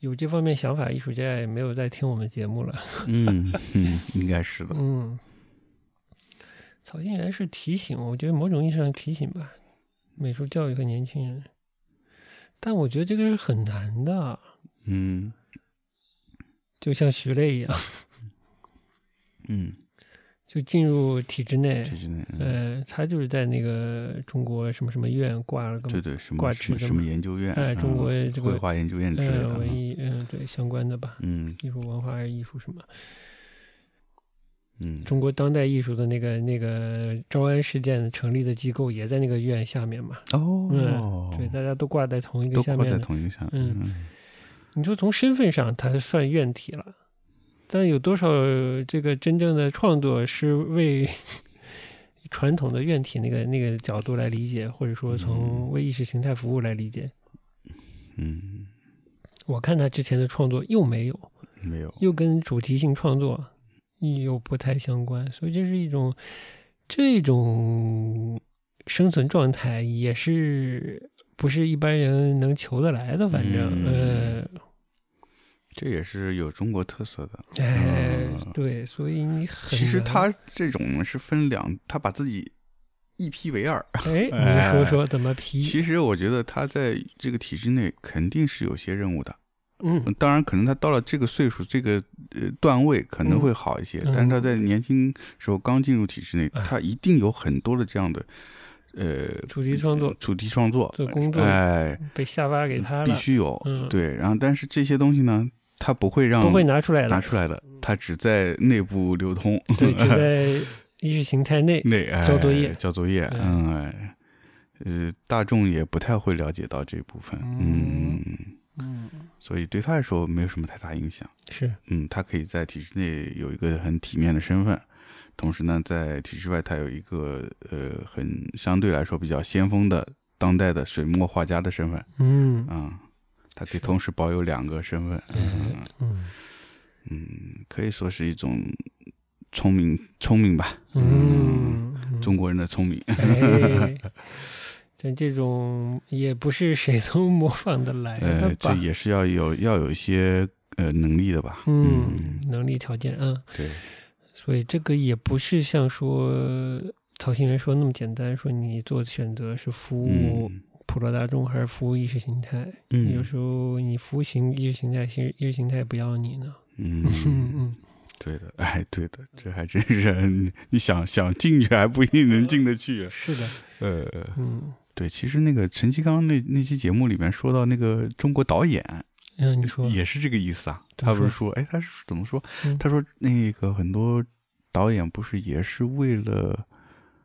有这方面想法的艺术家也没有在听我们节目了。 <laughs>
嗯嗯，应该是的。
嗯，曹欣然是提醒，我觉得某种意义上的提醒吧，美术教育和年轻人。但我觉得这个是很难的，
嗯
就像徐磊一样，
嗯，
就进入体制内。
这是嗯，
呃，他就是在那个中国什么什么院挂了个
对对，什
挂
么什
翅
么
的
什么
嘛
研究院？
哎中国
嗯
这个
绘画研究院之类
呃
的。
文
嗯
艺嗯、对相关的吧，
嗯
艺术文化还是艺术什么？
嗯
中国当代艺术的那个那个招安事件成立的机构也在那个院下面嘛？
哦
嗯，，对，大家都挂在同一个
都
下
挂
面
在
的。
同一个下面。
嗯，你说从身份上它算院体了，但有多少这个真正的创作是为 <laughs> 传统的院体那个那个角度来理解，或者说从为意识形态服务来理解？
嗯，
我看他之前的创作又没有，
没有。
又跟主题性创作又不太相关，所以这是一种这种生存状态，也是不是一般人能求得来的。反正，
嗯这也是有中国特色的。
呃，哎
嗯，
对，所以你很
其实
难
他这种是分两，他把自己一劈为二。
哎，你说说怎么批？
其实我觉得他在这个体制内肯定是有些任务的。
嗯
嗯当然，可能他到了这个岁数、这个呃段位可能会好一些，
嗯
但是他在年轻时候刚进入体制内，
哎
他一定有很多的这样的呃
主题创作
主题创作
这工作
哎，
被下发给他
必
了，
须有，
嗯
对。然后，但是这些东西呢，它不会让
不会拿出来嗯
拿
的，
出来的，它只在内部流通，
对，就在意识形态内。
<laughs> 内哎
交作业
交作业，
对
嗯，哎呃，大众也不太会了解到这部分，嗯，
嗯，
所以对他来说没有什么太大影响。
是
嗯，他可以在体制内有一个很体面的身份，同时呢，在体制外他有一个呃很相对来说比较先锋的当代的水墨画家的身份
嗯
啊、他可以同时保有两个身份，嗯
哎嗯
嗯，可以说是一种聪明聪明吧，
嗯，
中国人的聪明，
哎，但这种也不是谁都模仿得来的
呃
吧，？
这也是要有要有一些呃能力的吧，
嗯，能力条件啊，
对，
所以这个也不是像说曹新元说那么简单，说你做选择是服务
嗯
普罗大众还是服务意识形态。
嗯，
有时候你服务型意识形态，其实意识形态不要你呢。
嗯
<laughs> 嗯。嗯，
对的，哎，对的，这还真是，你想想进去还不一定能进得去。
是的，
呃，
嗯
对，其实那个陈其刚那那期节目里面说到那个中国导演，
嗯，你说
也是这个意思啊。
怎么
他不是
说
说，哎，他是怎么说？
嗯
他说那个很多导演不是也是为了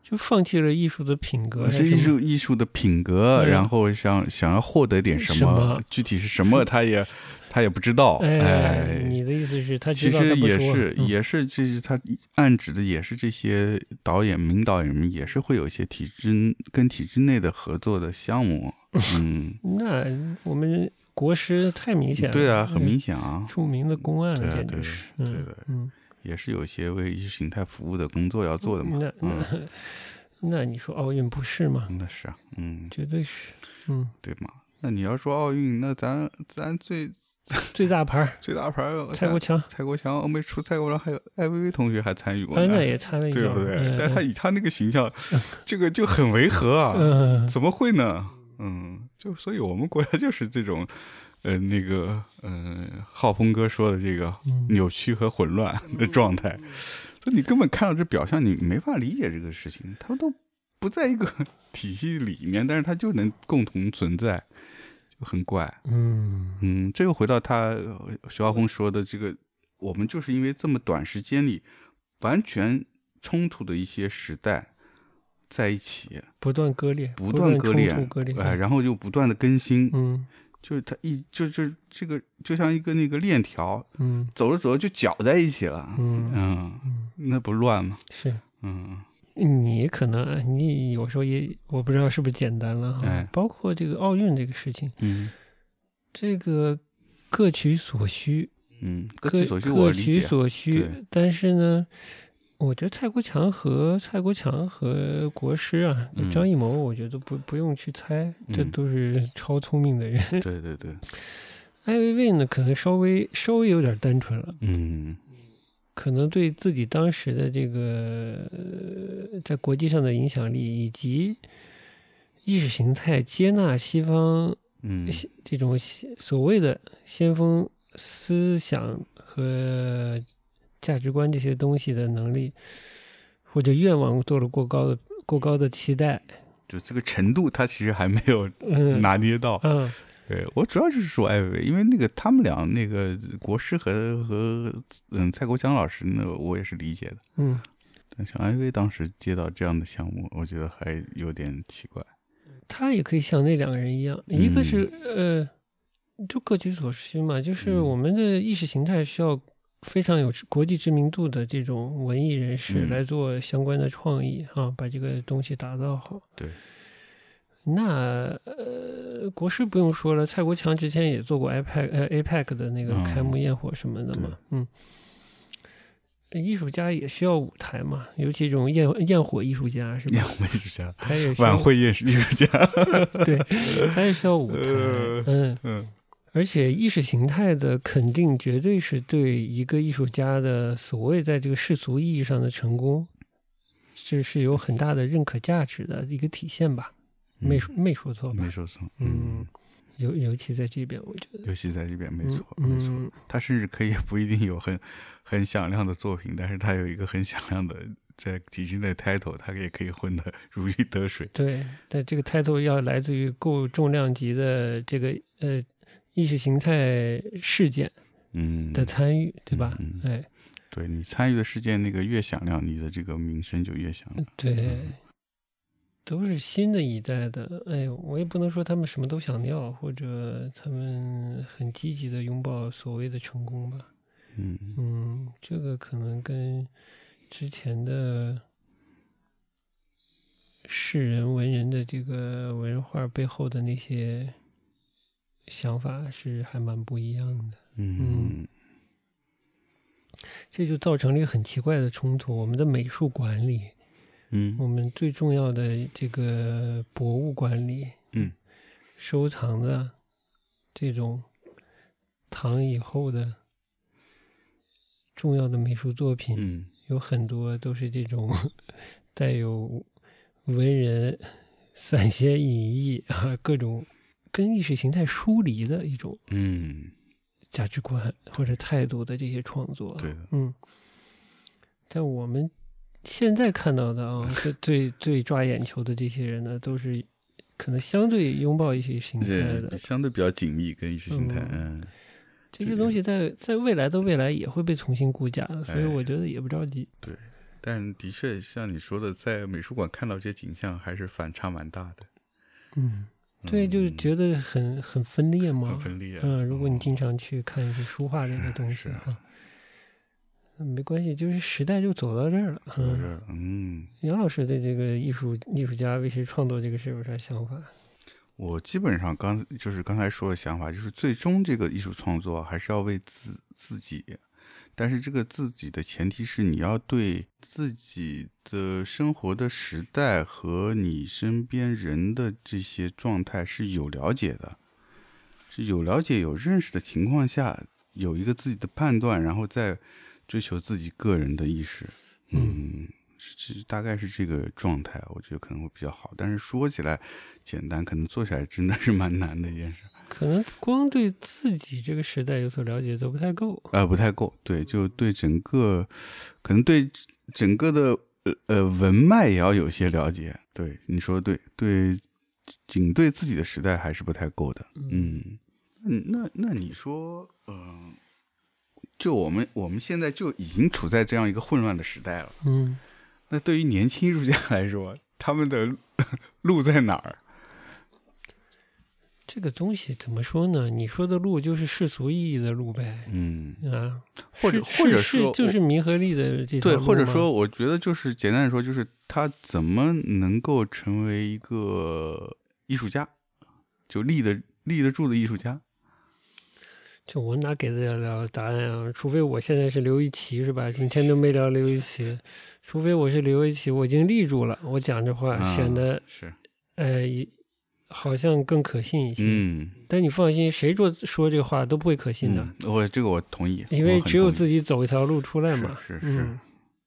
就放弃了艺术的品格，
呃是
还
艺
什么
术艺术的品格，
对啊
然后想想要获得点什
什么
具体是什么他
<laughs>
也他也不知道。
哎
哎，，
你的意思是他
其
知道
实
他不
也
说
是，
嗯
也是，这是他暗指的，也是这些导演、名导演们也是会有一些体制跟体制内的合作的项
<laughs>
目。嗯，
那我们国师太明显了，嗯
对啊，很明
显，
显啊，
著名的公案
对啊
嗯了，简
对
直
的
是，
对
嗯
的
嗯，
也是有一些为意识形态服务的工作要做的嘛。
那
嗯，
那 <laughs> 那你说奥运不是吗？
那是啊，嗯，
绝对是，嗯，
对嘛。那你要说奥运，那咱咱最
最大牌
<laughs>
儿
最大牌儿
蔡国强，
蔡国强、欧美出蔡国强，还有艾薇薇同学还参与过
哎，
呢
那，也参了一
对
脚，
不对？但他
嗯
以他那个形
<laughs>
象，这个就很违和啊。
嗯，
怎么会呢？嗯，就所以我们国家就是这种，呃，那个，呃，浩峰哥说的这个扭曲和混乱的状态，就你根本看到这表象，你没法理解这个事情，他们都不在一个 <laughs> 体系里面，但是他就能共同存在，就很怪。
嗯
嗯，这又回到他呃徐浩峰说的这个，我们就是因为这么短时间里完全冲突的一些时代在一起，
不断割裂，
不
断
断割裂
冲突割裂，，
哎，然后就不断的更新，
嗯
就是它一就就这个就像一个那个链条，
嗯
走着走着就绞在一起了， <laughs>
嗯，
嗯，那不乱吗？
是。
嗯
你可能你有时候也我不知道是不是简单了哈，
哎
包括这个奥运这个事情，
嗯
这个各取所需，
嗯，各
各
取所需，我
各
理
取
解，
所需
对。
但是呢，我觉得蔡国强和蔡国强和国师啊，
嗯
张艺谋，我觉得不不用去猜，这
嗯
都是超聪明的人。 <laughs>
对对对，
艾薇薇呢，可能稍微稍微有点单纯了，
嗯
可能对自己当时的这个呃在国际上的影响力，以及意识形态接纳西方
嗯
西这种西所谓的先锋思想和价值观这些东西的能力或者愿望做了过高的过高的期待，
就这个程度，他其实还没有
嗯
拿捏到。
啊
对我主要就是说艾薇薇，因为那个他们俩那个国师和和嗯蔡国强老师呢，我也是理解的。
嗯，
但像艾薇当时接到这样的项目，我觉得还有点奇怪。
他也可以像那两个人一样，一个是、呃，就各取所需嘛，就是
嗯
我们的意识形态需要非常有国际知名度的这种文艺人士
嗯
来做相关的创意、啊，把这个东西打造好。
对，
那呃，国师不用说了，蔡国强之前也做过 IPAC 呃 APEC 的那个
嗯
开幕焰火什么的嘛，嗯。艺术家也需要舞台嘛，尤其这种焰焰火艺术家是吧
宴？会艺术家，<laughs>
他也需要
<laughs> 晚会艺术艺术家。
对，他也需要舞台。
呃
嗯，
嗯
而且意识形态的肯定，绝对是对一个艺术家的所谓在这个世俗意义上的成功，这是有很大的认可价值的一个体现吧？
嗯
没说没说错吧？
没说错，
嗯，，尤尤其在这边，我觉得
尤其在这边没
嗯
错、没
嗯
错，他甚至可以不一定有很 <laughs> 很响亮的作品，但是他有一个很响亮的在体制内 title，他也可以混得如鱼得水。
对，但这个态度要来自于够重量级的这个呃意识形态事件
嗯，
的参与，对吧？
嗯
哎，
对嗯你参与的事件那个越响亮，你的这个名声就越响亮。
对，都是新的一代的，哎，我也不能说他们什么都想要，或者他们很积极的拥抱所谓的成功吧。
嗯，
嗯，这个可能跟之前的世人文人的这个文化背后的那些想法是还蛮不一样的。
嗯
这就造成了一个很奇怪的冲突。我们的美术管理，
嗯
我们最重要的这个博物管理，
嗯，
收藏的这种唐以后的重要的美术作品，
嗯
有很多都是这种 <laughs> 带有文人散仙隐逸啊各种跟意识形态疏离的一种
嗯，
价值观或者态度的这些创作。
对的，
嗯，但我们现在看到的
<laughs>
啊，最最最抓眼球的这些人呢，都是可能相对拥抱一些形态的
这相对比较紧密跟意识形态，嗯
这
这个
些东西在，在未来的未来也会被重新估价的，所以
哎
我觉得也不着急。
但的确像你说的，在美术馆看到这些景象，还是反差蛮大的，
嗯，对，就是觉得很很分裂嘛，
很分裂啊。
嗯，如果你
哦
经常去看一些书画类的东
是啊
西哈，嗯没关系，就是时代就走到这儿了。
走到
嗯
这儿了嗯，
杨老师对这个艺术艺术家为谁创作这个事有啥想法？ <laughs>
我基本上刚就是刚才说的想法，就是最终这个艺术创作还是要为自自己，但是这个自己的前提是你要对自己的生活的时代和你身边人的这些状态是有了解的，是有了解有认识的情况下，有一个自己的判断，然后再追求自己个人的意识。嗯，是是大概是这个状态，我觉得可能会比较好。但是说起来简单，可能做起来真的是蛮难的一件事，
可能光对自己这个时代有所了解都不太够。
呃，不太够。对，就对整个，可能对整个的呃呃文脉也要有些了解。对，你说的对，对，仅对自己的时代还是不太够的。嗯，嗯那那你说，嗯、就我们我们现在就已经处在这样一个混乱的时代了。
嗯，
那对于年轻艺术家来说，他们的路 <laughs> 在哪儿？
这个东西怎么说呢？你说的路就是世俗意义的路呗，
嗯，
啊，
或者
是
或者
是
说
就
我
是弥合力的这条
对，
路
或者
吗
说，我觉得就是简单的说，就是他怎么能够成为一个艺术家，就立得立得住的艺术家？
就我哪给得了答案啊？除非我现在是刘一奇是吧？今天都没聊刘一奇，除非我是刘一奇，我已经立住了，我讲这话
啊
显得
是，
呃也好像更可信一些。
嗯，
但你放心，谁说说这话都不会可信的，
嗯我这个我同意，
因为只有自
己。
己走一条路出来
是
嘛。
是是
嗯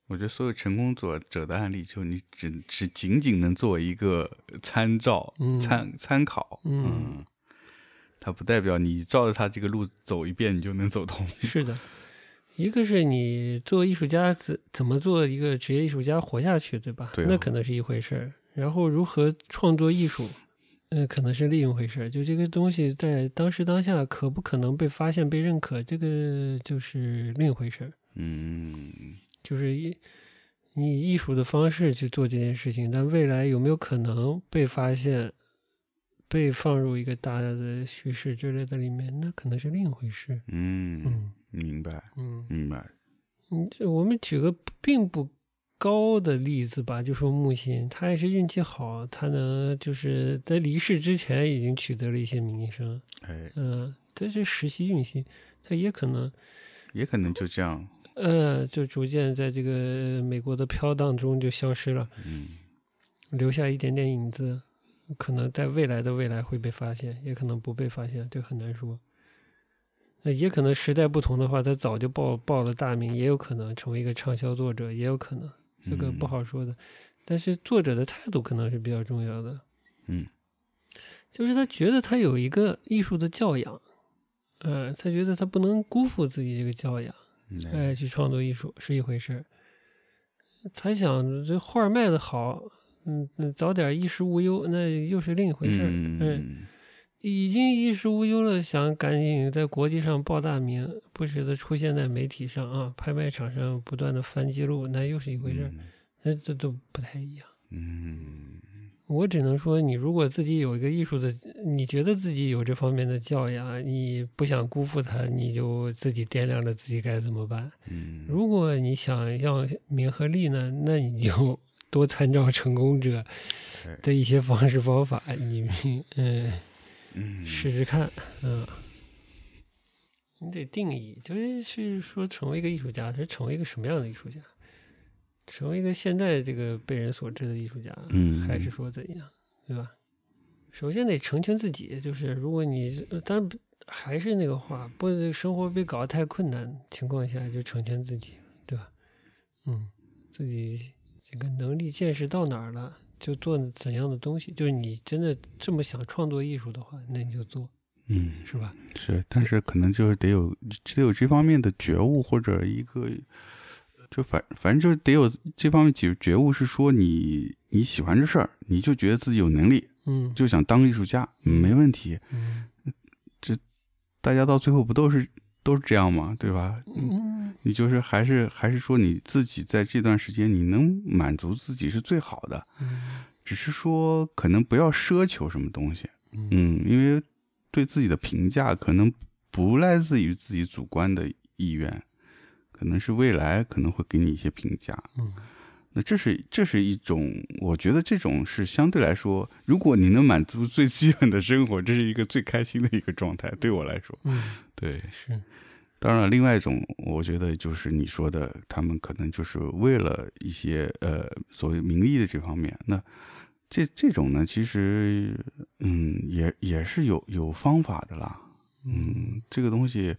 我觉得所有成功者者的案例，就你只只仅仅能作为一个参照、
嗯
参参考，
嗯
嗯，它不代表你照着他这个路走一遍，你就能走通。 <laughs>
是的，一个是你做艺术家怎怎么做一个职业艺术家活下去，对吧？
对啊
那可能是一回事儿。然后如何创作艺术，呃，可能是另一回事儿。就这个东西在当时当下可不可能被发现、被认可，这个就是另一回事儿。
嗯，
就是一你以艺术的方式去做这件事情，但未来有没有可能被发现、被放入一个大的叙事之类的里面，那可能是另一回事儿。
嗯，
嗯
明白，
嗯。
明白。
嗯，这我们举个并不高的例子吧，就说木心，他也是运气好，他能就是在离世之前已经取得了一些名声，
哎，
嗯、这是实习运气，他也可能，
也可能就这样。
呃，就逐渐在这个美国的飘荡中就消失了，
嗯
留下一点点影子，可能在未来的未来会被发现，也可能不被发现，这很难说。那也可能时代不同的话，他早就报报了大名，也有可能成为一个畅销作者，也有可能，这个不
嗯
好说的。但是作者的态度可能是比较重要的，
嗯
就是他觉得他有一个艺术的教养，呃，他觉得他不能辜负自己这个教养。哎，
嗯，
去创作艺术是一回事儿。他想这画儿卖的好，嗯，那早点衣食无忧，那又是另一回事儿。嗯，
嗯，
已经衣食无忧了，想赶紧在国际上报大名，不时的出现在媒体上啊，拍卖场上哎嗯不断的翻记录，那又是一回事儿。
嗯
那这都不太一样。
嗯，
我只能说，你如果自己有一个艺术的，你觉得自己有这方面的教养，你不想辜负它，你就自己掂量着自己该怎么办。
嗯，
如果你想要名和利呢， <laughs> 那你就多参照成功者
哎
的一些方式方法，你 <laughs> 嗯
嗯
试试看，嗯。你得定义，就是是说成为一个艺术家，是成为一个什么样的艺术家？成为一个现在这个被人所知的艺术家，
嗯
还是说怎样，对吧？首先得成全自己，就是如果你，呃当然不还是那个话，不生活被搞得太困难情况下，就成全自己，对吧？嗯，自己这个能力见识到哪儿了，就做怎样的东西。就是你真的这么想创作艺术的话，那你就做，
嗯
是吧？
是，但是可能就是得有得有这方面的觉悟或者一个，就反反正就是得有这方面觉觉悟，是说你你喜欢这事儿，你就觉得自己有能力，
嗯，
就想当个艺术家，没问题。
嗯
大家到最后不都是都是这样吗？对吧？
嗯
你就是还是还是说你自己在这段时间你能满足自己是最好的，
嗯
只是说可能不要奢求什么东西，
嗯
嗯，因为对自己的评价可能不来自于自己主观的意愿，可能是未来可能会给你一些评价。
嗯
那这是这是一种，我觉得这种是相对来说，如果你能满足最基本的生活，这是一个最开心的一个状态。对我来说，
嗯，
对。
是，
当然，另外一种，我觉得就是你说的，他们可能就是为了一些呃所谓名利的这方面，那这这种呢，其实嗯也也是有有方法的啦，嗯，这个东西，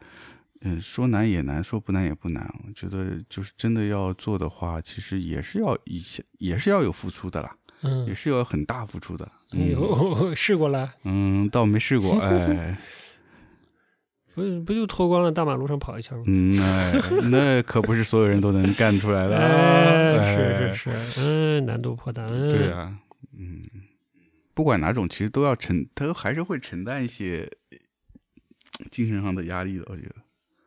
嗯，说难也难，说不难也不难，我觉得就是真的要做的话，其实也是要一些，也是要有付出的啦，
嗯
也，是要有很大付出的，
哎
嗯
呦， <laughs> 试过了。
嗯，倒没试 <laughs> 过，哎。
不是不就脱光了大马路上跑一圈吗？
嗯，哎，那可不是所有人都能干出来的、啊。
哎，
哎
是是是，嗯，难度颇大，嗯，
对，啊，嗯，不管哪种，其实都要承，他还是会承担一些呃精神上的压力的。我觉得，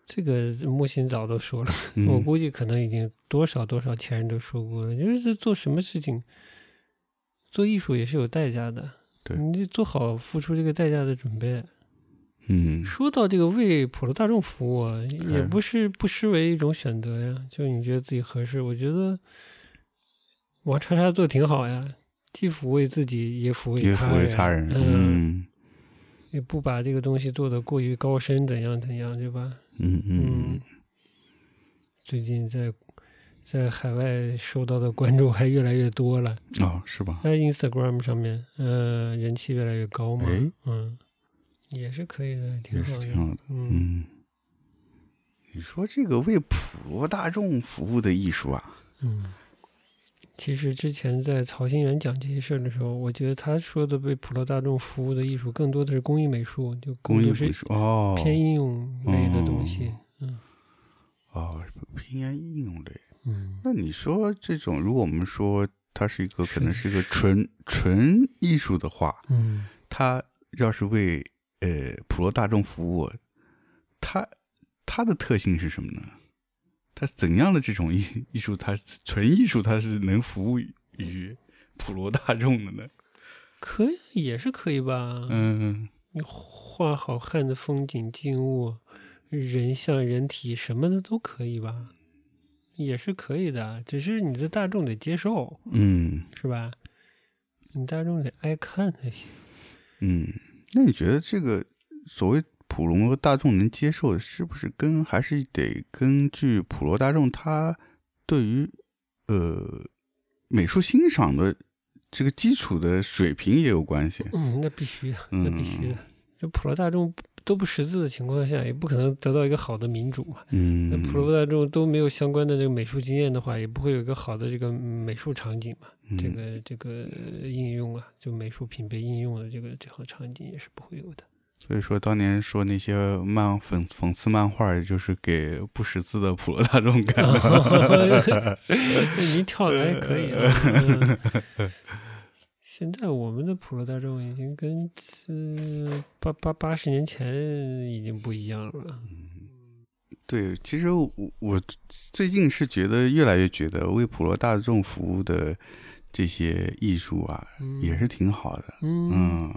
这个木心早都说了，
嗯、
我估计可能已经多少多少前人都说过了，就是做什么事情，做艺术也是有代价的，
对
你得做好付出这个代价的准备。
嗯
说到这个为普罗大众服务、啊，也
哎
不是不失为一种选择呀。就你觉得自己合适，我觉得王叉叉做挺好呀，既抚慰自己，也抚慰
也抚慰他人，嗯
也不把这个东西做得过于高深，怎样怎样，对吧？
嗯嗯，
最近在在海外受到的关注还越来越多了，
嗯哦，是吧？
在 Instagram 上面，呃，人气越来越高嘛，
哎
嗯，也是可以的，挺
也是
好的，
挺好的，
嗯，
嗯。你说这个为普罗大众服务的艺术啊，
嗯，其实之前在曹新元讲这些事儿的时候，我觉得他说的为普罗大众服务的艺术，更多的是工艺美术，就
公益
就
美
是
术哦，
偏应用类的东西，嗯
哦，偏应用类。
嗯，
那你说这种，如果我们说它是一个
是
可能是一个纯纯艺术的话，
嗯，
它要是为呃普罗大众服务，它它的特性是什么呢？它怎样的这种艺 <laughs> 艺术，它纯艺术，它是能服务于普罗大众的呢？
可以也是可以吧，
嗯，
你画好看的风景、静物、人像、人体什么的都可以吧，也是可以的，只是你的大众得接受，
嗯
是吧？你大众得爱看才行。
嗯，那你觉得这个所谓普罗大众能接受的，是不是跟还是得根据普罗大众他对于呃美术欣赏的这个基础的水平也有关系？
嗯，那必须的，那必须的。就普罗大众不都不识字的情况下，也不可能得到一个好的民主嘛。
嗯
那普罗大众都没有相关的这个美术经验的话，也不会有一个好的这个美术场景嘛。
嗯
这个这个呃应用啊，就美术品被应用的这个这行场景也是不会有的。 <laughs>
所以说当年说那些漫讽讽刺漫画，就是给不识字的普罗大众看
<laughs>
的。
你跳的还可以、啊。嗯现在我们的普罗大众已经跟呃八八八十年前已经不一样了。
对，其实我我最近是觉得越来越觉得为普罗大众服务的这些艺术啊，
嗯
也是挺好的。
嗯
嗯，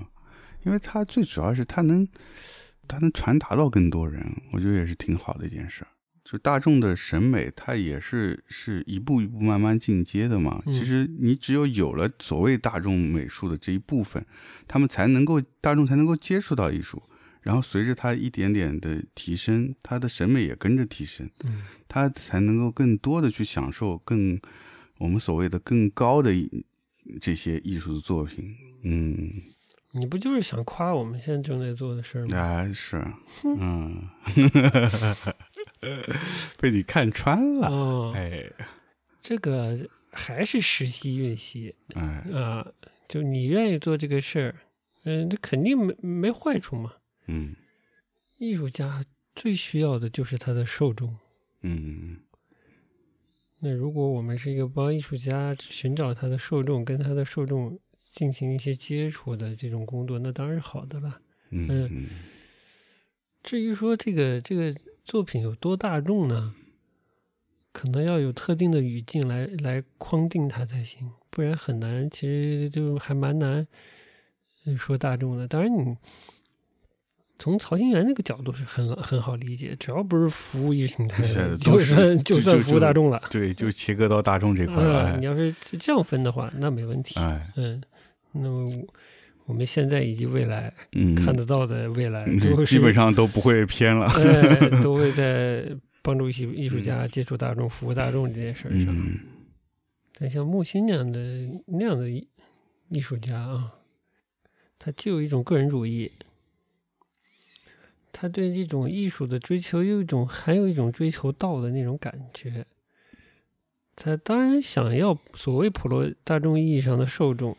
因为它最主要是它能，它能传达到更多人，我觉得也是挺好的一件事儿。就大众的审美，它也是是一步一步慢慢进阶的嘛。
嗯
其实你只有有了所谓大众美术的这一部分，他们才能够大众才能够接触到艺术，然后随着它一点点的提升，它的审美也跟着提升，
嗯
它才能够更多的去享受更我们所谓的更高的一这些艺术的作品。嗯，
你不就是想夸我们现在正在做的事儿吗？
啊，是，嗯， <laughs> 被你看穿了，
哦，
哎，
这个还是时稀运稀
哎，
啊、就你愿意做这个事儿，嗯、这肯定没没坏处嘛。
嗯
艺术家最需要的就是他的受众。
嗯
那如果我们是一个帮艺术家寻找他的受众，跟他的受众进行一些接触的这种工作，那当然是好的了。
嗯
嗯至于说这个这个作品有多大众呢？可能要有特定的语境来来框定它才行，不然很难，其实就还蛮难呃说大众的。当然你。从曹新元那个角度是很很好理解，只要不是服务意识形态
是
的，
的
就
都是
算
就
算
就
服务大
就
众了。
对，就切割到大众这块了，
啊，你
哎
要是这这样分的话，那没问题。
哎，
嗯，那么我我们现在以及未来、
嗯，
看得到的未来，
嗯
都
基
是
本上都不会偏了，
呃，都会在帮助艺术艺术家接触大众、服务大众这件事儿上。
嗯
但像木心那样的那样的艺艺术家啊，他既有一种个人主义，他对这种艺术的追求，又有一种还有一种追求道的那种感觉。他当然想要所谓普罗大众意义上的受众，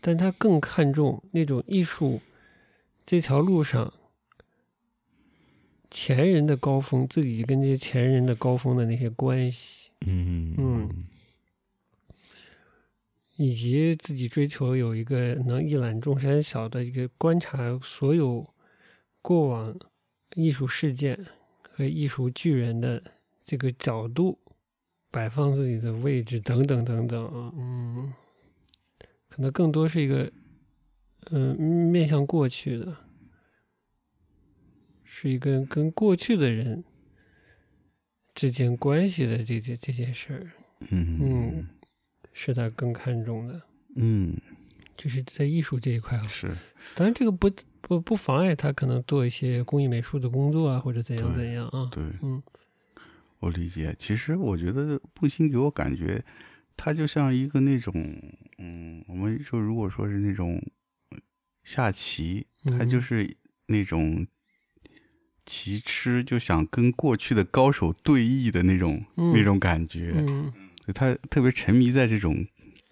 但他更看重那种艺术这条路上前人的高峰，自己跟这些前人的高峰的那些关系。
嗯
嗯以及自己追求有一个能一览众山小的一个观察所有过往艺术事件和艺术巨人的这个角度，摆放自己的位置等等等等啊，嗯，可能更多是一个，嗯、面向过去的，是一个跟过去的人之间关系的这件这件事儿，
嗯
是他更看重的。
嗯，
就是在艺术这一块啊。
是，
当然，这个不不不妨碍他可能做一些工艺美术的工作啊，或者怎样
对
怎样啊。
对，
嗯
我理解。其实我觉得布心给我感觉，他就像一个那种，嗯，我们就如果说是那种呃下棋，他
嗯
就是那种棋痴，就想跟过去的高手对弈的那种、那
嗯
种感觉。
嗯
他特别沉迷在这种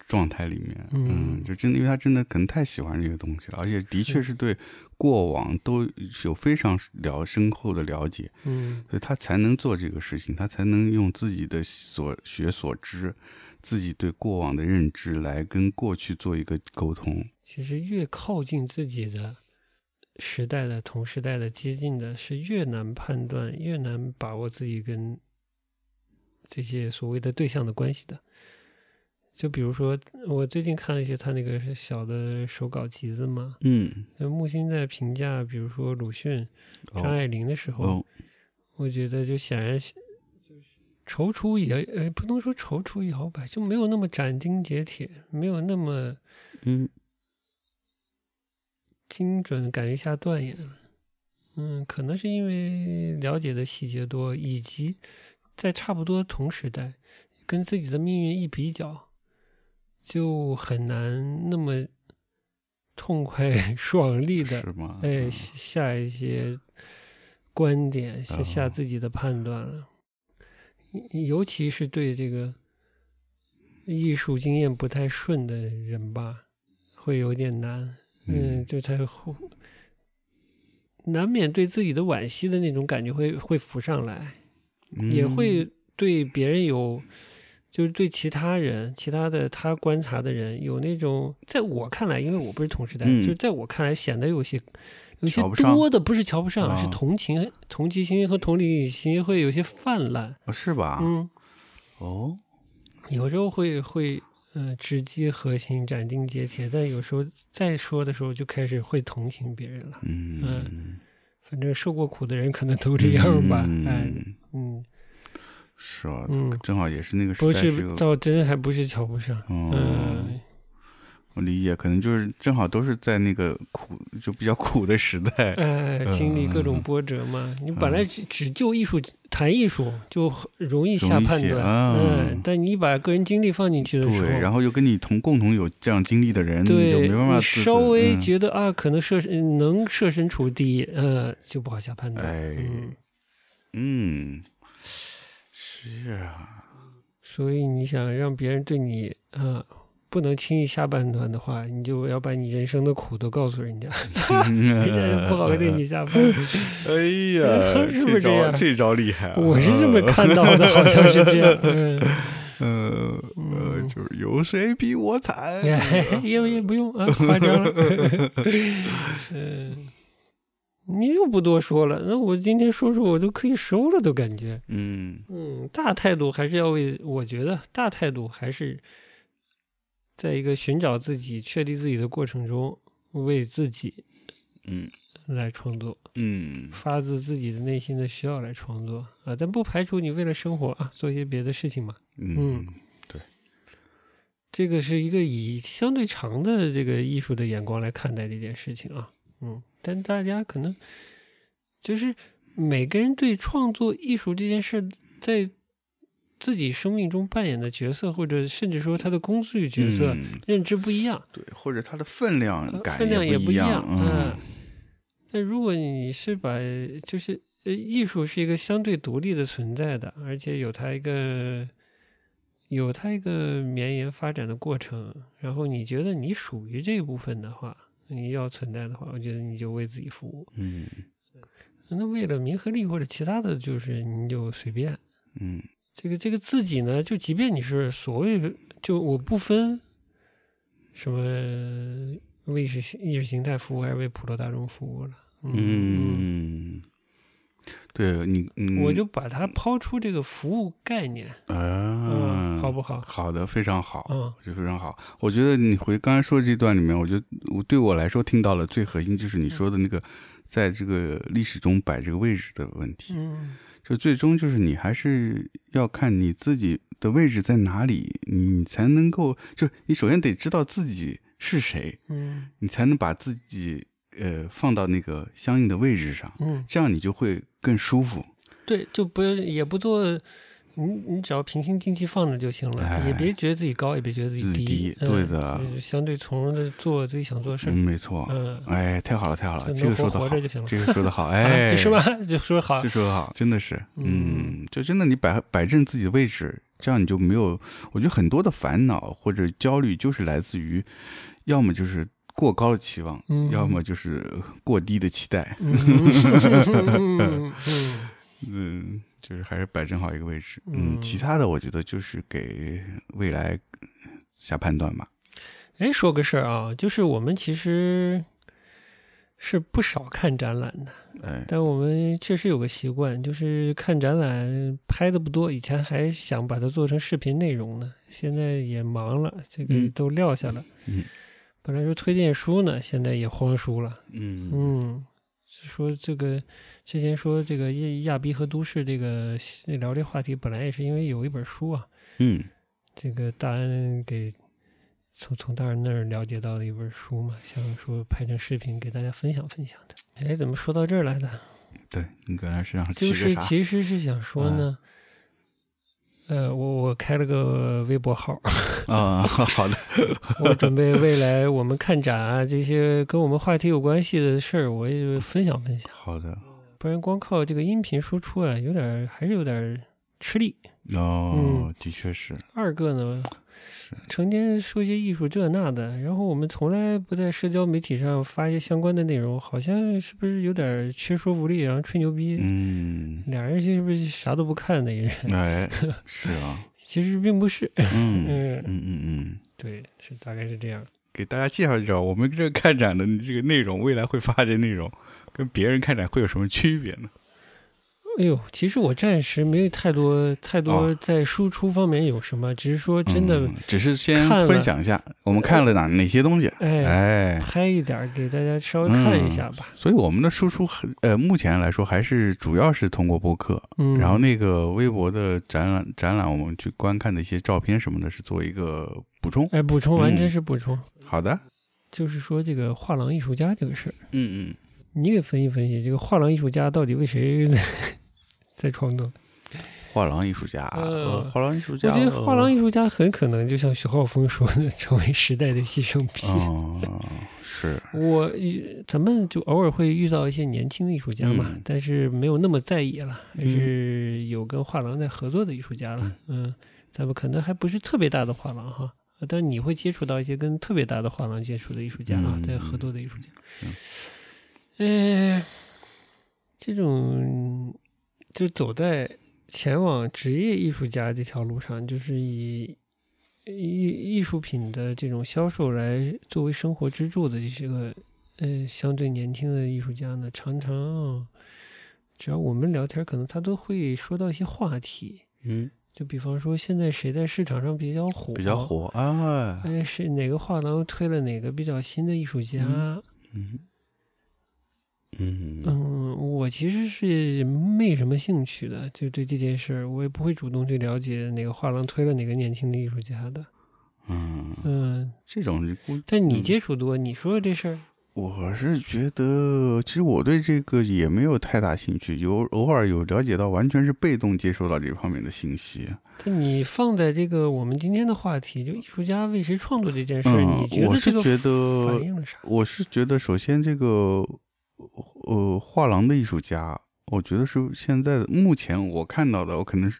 状态里面，
嗯
就真的，因为他真的可能太喜欢这个东西了，而且的确是对过往都有非常了深厚的了解，
嗯
所以他才能做这个事情，他才能用自己的所学所知，自己对过往的认知来跟过去做一个沟通。
其实越靠近自己的时代的同时代的接近的，是越难判断，越难把握自己跟这些所谓的对象的关系的。就比如说，我最近看了一些他那个小的手稿集子嘛，
嗯，
就木心在评价，比如说鲁迅、张
哦
爱玲的时候，
哦，
我觉得就显然是踌躇也呃不能说踌躇摇摆，就没有那么斩钉截铁，没有那么
嗯
精准，敢于下断言。嗯，可能是因为了解的细节多，以及在差不多同时代，跟自己的命运一比较，就很难那么痛快 <laughs> 爽利的
是吗？
哎，
嗯
下一些观点，下下
哦
自己的判断了，尤其是对这个艺术经验不太顺的人吧，会有点难。嗯，
嗯
就他会难免对自己的惋惜的那种感觉会会浮上来，
嗯
也会对别人有。就是对其他人、其他的他观察的人有那种，在我看来，因为我不是同时代，
嗯
就是在我看来显得有些有些
瞧不上
多的不是瞧不上，
啊
是同情、同情心和同理心会有些泛滥。
啊哦是吧？
嗯，
哦，
有时候会会呃，直击核心，斩钉截铁。但有时候再说的时候，就开始会同情别人了。
嗯，
反正受过苦的人可能都哎这样吧。哎，
嗯
嗯，
是啊，
嗯
正好也是那个时
不
代是
是
个
倒真还不是瞧不上。
哦
嗯，
我理解，可能就是正好都是在那个苦就比较苦的时
<laughs>
<laughs> 代。
呃，经历各种波折嘛。你本来只只就艺术谈艺术，就很容易下
嗯容易
判
些
断。
啊
嗯，但你把个人经历放进去的时候，
对，然后又跟你同共同有这样经历的人，你就
对，
没办法
你
自责
稍微
嗯
觉得啊，可能设身能设身处地，呃，就不好下判断。
哎
嗯，
嗯，是啊，
所以你想让别人对你啊、呃不能轻易下判断的话，你就要把你人生的苦都告诉人家， <laughs>
嗯
人 <laughs> 家不好对你下
<laughs>
判断。
哎呀
哎 <laughs> 是不是这
招
样
这招厉害、啊，
<laughs> 我是这么看到的，好像是这
<laughs>
样。嗯，
呃呃，就是有谁比我
哎
惨？
<laughs> 也也不用啊，夸张了。 <laughs> 嗯、你又不多说了，那我今天说说，我都可以收了，都感觉。
嗯
嗯，大态度还是要为，我觉得大态度还是在一个寻找自己、确立自己的过程中，为自己
嗯
来创作，
嗯
发自自己的内心的需要来创作啊，但不排除你为了生活啊做一些别的事情嘛。
嗯
这个是一个以相对长的这个艺术的眼光来看待这件事情啊，嗯，但大家可能就是每个人对创作艺术这件事，在自己生命中扮演的角色，或者甚至说他的工具角色、
嗯
认知不一样，
对，或者它的分
呃
量感
分量也
不
一
样，
嗯，但如果你是把就是呃，艺术是一个相对独立的存在的，而且有它一个有它一个绵延发展的过程。然后你觉得你属于这一部分的话，你要存在的话，我觉得你就为自己服务。
嗯
那为了名和利或者其他的，就是你就随便。
嗯
这个这个自己呢，就即便你是所谓就我不分什么为意识形意识形态服务还是为普罗大众服务了，
嗯，对你，嗯
我就把它抛出这个服务概念，
啊，
嗯好不好
好的，非常好，
嗯
我觉得非常好。我觉得你回刚才说的这段里面，我觉得我对我来说听到了最核心就是你说
嗯
的那个，在这个历史中摆这个位置的问题。
嗯
就最终就是你还是要看你自己的位置在哪里，你才能够就你首先得知道自己是谁，
嗯
你才能把自己呃放到那个相应的位置上，
嗯，
这样你就会更舒服。
对，就不也不做，你你只要平心静气放着就行了，
哎
也别觉得自己高，也别觉得自己
自己低
嗯
对的
就是相对从容的做自己想做的事儿
嗯，，没错。
嗯
哎，太好了，太好了，
就
这
能
个说
活
的
活
好
着就行，了
这个说的
<laughs>
好，
啊
哎，
这是吧？就说好
这，说的好，真的是，
嗯
嗯，就真的你摆摆正自己的位置，这样你就没有，我觉得很多的烦恼或者焦虑就是来自于，要么就是过高的期望，
嗯
要么就是过低的期待，
嗯嗯嗯嗯
嗯，就是还是摆正好一个位置，嗯，
嗯
其他的我觉得就是给未来下判断吧，嗯
哎，说个事儿啊，就是我们其实是不少看展览的。
哎，
但我们确实有个习惯，就是看展览拍的不多，以前还想把它做成视频内容呢，现在也忙了，这个
嗯
都撂下了。
嗯
本来说推荐书呢，现在也荒书了。
嗯
嗯，是说这个之前说这个亚亚逼和都市这个聊这话题，本来也是因为有一本书啊，
嗯
这个大安给从从大人那儿了解到的一本书嘛，想说拍成视频给大家分享分享的。哎，怎么说到这儿来的？
对你刚才是想起
就
个
是
啥？
其实是想说呢，
嗯
呃，我我开了个微博号，
啊， <laughs> 好的，
我准备未来我们看展啊这些跟我们话题有关系的事儿，我也分享分享，
好的，
不然光靠这个音频输出啊，有点儿还是有点儿吃力。
哦
嗯，
的确是，
二个呢
是，
成天说些艺术这那的，然后我们从来不在社交媒体上发一些相关的内容，好像是不是有点儿缺说服力，然后吹牛逼？ <laughs>
嗯。
俩人是不是啥都不看的一个人？
哎，是啊，
其实并不是。
嗯
<laughs> 嗯
嗯嗯嗯，
对，是大概是这样。
给大家介绍介绍我们这个看展的这个内容，未来会发这内容，跟别人看展会有什么区别呢？
哎呦，其实我暂时没有太多太多
哦
在输出方面有什么，只是说真的
嗯只是先
看了
分享一下我们看了哪哪些东西，
哎
哎，嗯
拍一点儿给大家稍微看一下吧。
所以我们的输出很呃，目前来说还是主要是通过播客，
嗯，
然后那个微博的展览展览，我们去观看的一些照片什么的，是做一个补充。
哎，补充完全
嗯
是补充，
好的，
就是说这个画廊艺术家这个事儿，
嗯嗯。
你给分析分析，这个画廊艺术家到底为谁在创作？
画廊艺术家，呃，
呃
画廊艺术
我
家，
觉得画廊艺
术
术家很可能就像徐浩峰说的， <laughs> 成为时代的牺牲品。
哦，是，
我呃咱们就偶尔会遇到一些年轻的艺术家嘛，
嗯
但是没有那么在意了，还是有跟画廊在合作的艺术家了。嗯咱们可能还不是特别大的画廊哈，呃但是你会接触到一些跟特别大的画廊接触的艺术家啊，
嗯
在合作的艺术家。呃，这种就走在前往职业艺术家这条路上，就是以艺艺术品的这种销售来作为生活支柱的这些个呃相对年轻的艺术家呢，常常只要我们聊天儿，可能他都会说到一些话题，
嗯，
就比方说现在谁在市场上比较火，
比较，火啊，
哎，是哪个画廊推了哪个比较新的艺术家？
嗯嗯
嗯，我其实是没什么兴趣的，就对这件事儿，我也不会主动去了解哪个画廊推了哪个年轻的艺术家的。
嗯，
嗯，
这种估
但你
嗯
接触多，你说的这事儿，
我是觉得，其实我对这个也没有太大兴趣，有偶尔有了解到，完全是被动接收到这方面的信息。
但你放在这个我们今天的话题，就艺术家为谁创作这件事儿，
嗯
你觉
我
得
是
这个
觉
反
得，
映了啥？
我是觉得，首先这个呃画廊的艺术家，我觉得是现在的目前我看到的，我可能是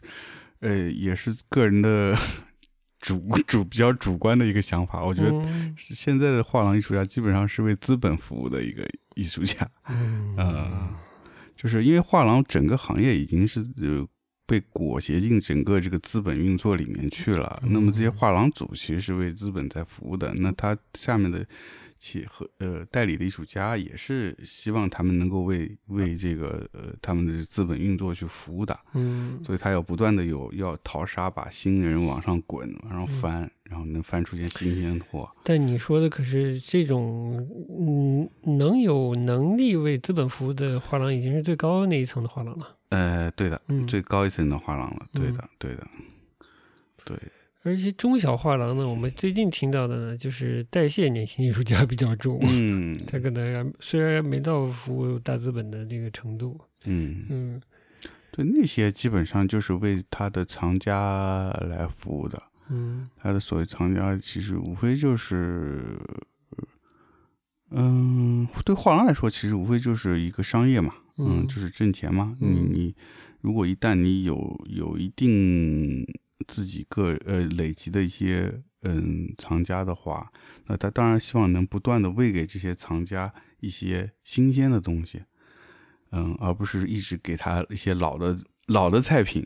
呃也是个人的 <laughs> 主主比较主观的一个想法，我觉得
嗯
现在的画廊艺术家基本上是为资本服务的一个艺术家。
嗯
呃，就是因为画廊整个行业已经是呃被裹挟进整个这个资本运作里面去了。
嗯
那么这些画廊主其实是为资本在服务的，那他下面的企和呃代理的艺术家也是希望他们能够为为这个呃他们的资本运作去服务的，
嗯，
所以他要不断的有要淘沙，把新人往上滚，往上
嗯
翻，然后能翻出一些新鲜货。
但你说的可是这种，嗯，能有能力为资本服务的画廊，已经是最高那一层的画廊了。
呃，对的，
嗯
最高一层的画廊了，对的，
嗯
对的，对。
而且中小画廊呢，我们最近听到的呢，就是代谢年轻艺术家比较重，
嗯，
<laughs> 他可能虽然没到服务大资本的这个程度，
嗯，
嗯，
对，那些基本上就是为他的藏家来服务的。
嗯，
他的所谓藏家，其实无非就是，嗯，对画廊来说，其实无非就是一个商业嘛，嗯，
嗯
就是挣钱嘛。
嗯
你你，如果一旦你有有一定自己个呃累积的一些嗯藏家的话，那他当然希望能不断的喂给这些藏家一些新鲜的东西，嗯，而不是一直给他一些老的老的菜品。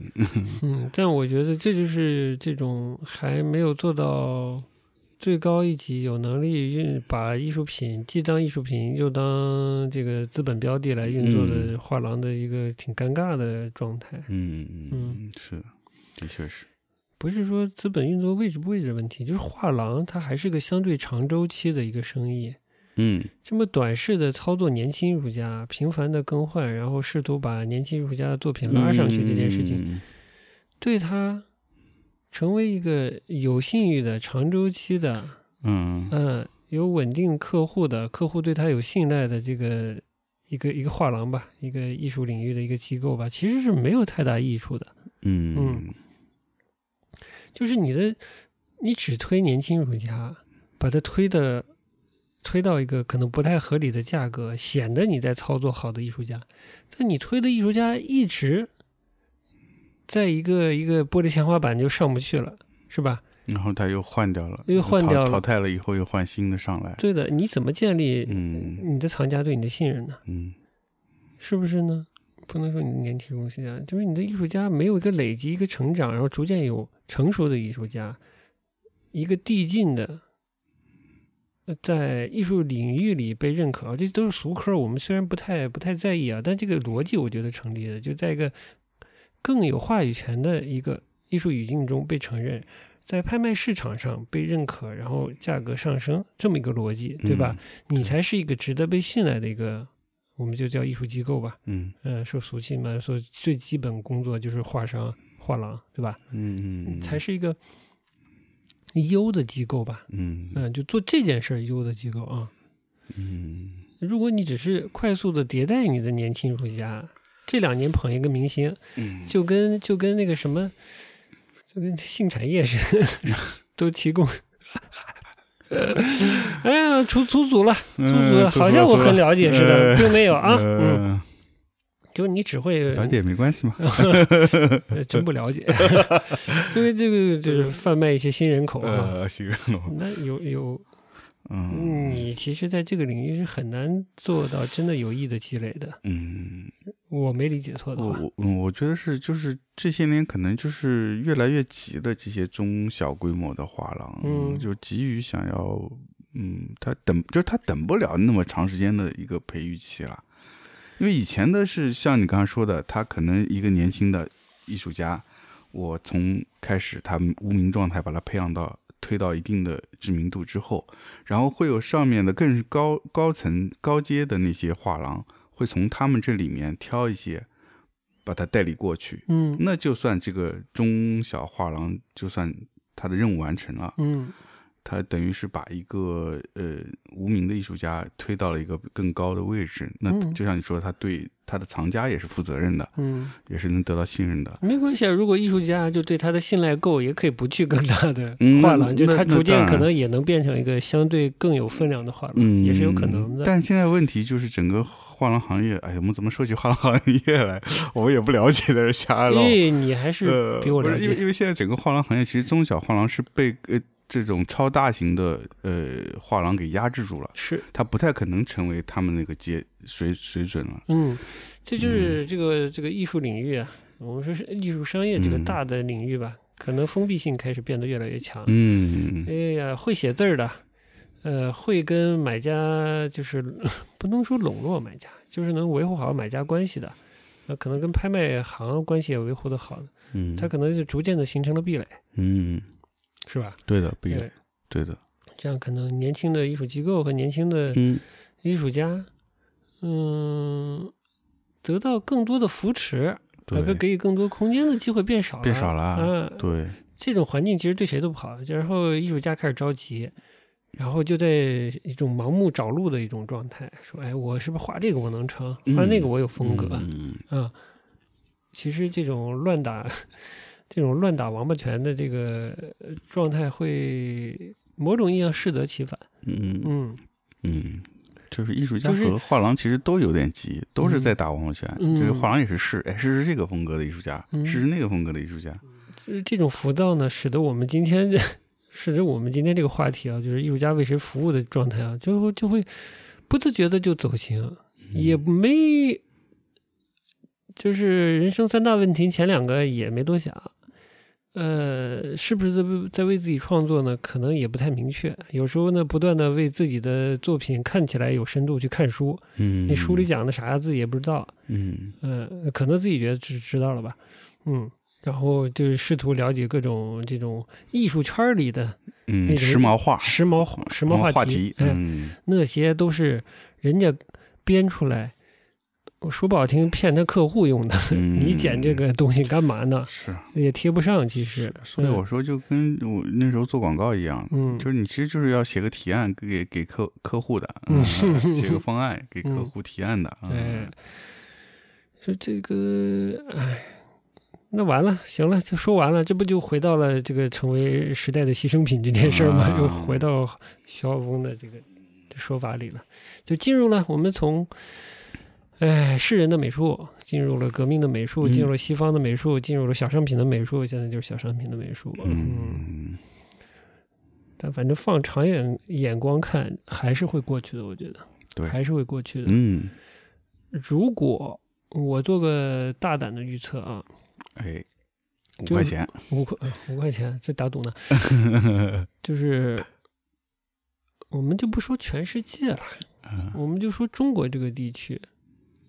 嗯，但我觉得这就是这种还没有做到最高一级，有能力运把艺术品既当艺术品又当这个资本标的来运作的
嗯
画廊的一个挺尴尬的状态。
嗯嗯
嗯
嗯，是的，的确是。
不是说资本运作位置不位置的问题，就是画廊它还是个相对长周期的一个生意。
嗯
这么短视的操作年轻艺术家，频繁的更换，然后试图把年轻艺术家的作品拉上去这件事情，，
嗯
对他成为一个有信誉的、长周期的、
嗯
嗯、有稳定客户的、客户对他有信赖的这个一个一个画廊吧，一个艺术领域的一个机构吧，其实是没有太大益处的。
嗯
就是你的，你只推年轻艺术家，把它推的推到一个可能不太合理的价格，显得你在操作好的艺术家。但你推的艺术家一直在一个一个玻璃天花板就上不去了，是吧？
然后他又换掉了，
又换
淘
掉了
淘汰了以后又换新的上来，
对的，你怎么建立
嗯
你的藏家对你的信任呢？
嗯
是不是呢？不能说你年轻艺术家，就是你的艺术家没有一个累积、一个成长，然后逐渐有成熟的艺术家，一个递进的呃在艺术领域里被认可啊，这都是俗科，我们虽然不太不太在意啊，但这个逻辑我觉得成立的，就在一个更有话语权的一个艺术语境中被承认，在拍卖市场上被认可，然后价格上升这么一个逻辑，对吧？你才是一个值得被信赖的一个，我们就叫艺术机构吧。
嗯
呃，受俗气嘛，说最基本工作就是画商、画廊，对吧？
嗯嗯，
才是一个优的机构吧。
嗯
嗯，就做这件事儿优的机构啊。
嗯
如果你只是快速的迭代你的年轻艺术家，这两年捧一个明星，
嗯
就跟就跟那个什么，就跟性产业似的， <laughs> 都提供。哎呀，出出组了，出组了，
嗯出组
好像
了
我
出
很
组
了解似
呃
的，并没有啊，嗯，
呃
就你只会
了解也没关系嘛，<laughs>
呃，真不了解，因为这个就是贩卖一些新人口啊。
呃，行了，
那有有，
嗯
你其实在这个领域是很难做到真的有意的积累的。
嗯，
我没理解错的
我
话，
我嗯，我觉得是，就是这些年可能就是越来越急的这些中小规模的画廊，
嗯
就急于想要，嗯，他等就是他等不了那么长时间的一个培育期了，因为以前的是像你刚刚说的，他可能一个年轻的艺术家，我从开始他无名状态把他培养到推到一定的知名度之后，然后会有上面的更高高层高阶的那些画廊，会从他们这里面挑一些，把它代理过去。
嗯
那就算这个中小画廊，就算他的任务完成了，
嗯
他等于是把一个呃无名的艺术家推到了一个更高的位置。那
嗯
就像你说，他对他的藏家也是负责任的，
嗯，
也是能得到信任的。
没关系啊。如果艺术家就对他的信赖够，也可以不去更大的
<laughs> 嗯
画
那
廊，就
那
他
那
逐渐
当然
可能也能变成一个相对更有分量的画廊，
嗯，
也是有可能的。
但现在问题就是整个画廊行业，哎呀，我们怎么说起画廊行业来？我们也不了解，在这瞎
因
唠。
为你还嗯是
呃，
比我
不
了
是因为
解，
因为现在整个画廊行业，其实中小画廊是被呃这种超大型的呃画廊给压制住了，
是
它不太可能成为他们那个阶水水准了。
嗯，这就是这个这个艺术领域啊，我们说是艺术商业这个
嗯
大的领域吧，可能封闭性开始变得越来越强。
嗯
哎呀，会写字儿的，呃，会跟买家就是 <laughs> 不能说笼络买家，就是能维护好买家关系的，呃，可能跟拍卖行关系也维护的好的，
嗯，
他可能就逐渐的形成了壁垒，
嗯，
是吧？
对的，不一
对
样，对的，
这样可能年轻的艺术机构和年轻的
嗯
艺术家，嗯，得到更多的扶持，
对
呃给予更多空间的机会变少了，
变少了啊
嗯、
对，
这种环境其实对谁都不好。然后艺术家开始着急，然后就在一种盲目找路的一种状态，说：“哎，我是不是画这个我能成，画那个我有风格、
嗯
啊？”其实这种乱打、这种乱打王八拳的这个呃状态，会某种意义上适得其反。
嗯嗯
嗯
嗯。就是艺术家
就是
和画廊其实都有点急，都是在打王八拳。
嗯
这个画廊也是试，哎，试试这个风格的艺术家，
嗯
试试那个风格的艺术家。
就是这种浮躁呢，使得我们今天， <laughs> 使得我们今天这个话题啊，就是艺术家为谁服务的状态啊，就会就会不自觉的就走形，啊也没，就是人生三大问题前两个也没多想，呃，是不是在为在为自己创作呢？可能也不太明确，有时候呢，不断的为自己的作品看起来有深度去看书，
嗯，
那书里，讲的啥自己也不知道，
嗯
嗯，可能自己觉得知知道了吧，嗯，然后就是试图了解各种这种艺术圈儿里的那
嗯，
种
时髦画，
时髦话时髦
话
题，嗯，
嗯
那些都是人家编出来，我说不好听，骗他客户用的。
嗯
<laughs> 你剪这个东西干嘛呢？
是，
也贴不上，其实。
所以我说就跟我那时候做广告一样，
嗯
就是你其实就是要写个提案给给客客户的，
嗯 <laughs>
嗯，写个方案给客户提案的，
嗯
嗯，
说这个，哎，那完了，行了，就说完了，这不就回到了这个成为时代的牺牲品这件事儿吗？
啊
又回到徐浩峰的这个说法里了，就进入了我们从。哎，世人的美术进入了革命的美
嗯
术，进入了西方的美术，进入了小商品的美术，现在就是小商品的美术。
嗯
但反正放长远眼光看，还是会过去的，我觉得。
对
还是会过去的。
嗯，
如果我做个大胆的预测啊，
哎，五
就是
块钱，
哎五块呃五块钱这打赌呢，就是我们就不说全世界了，我们就说中国这个地区，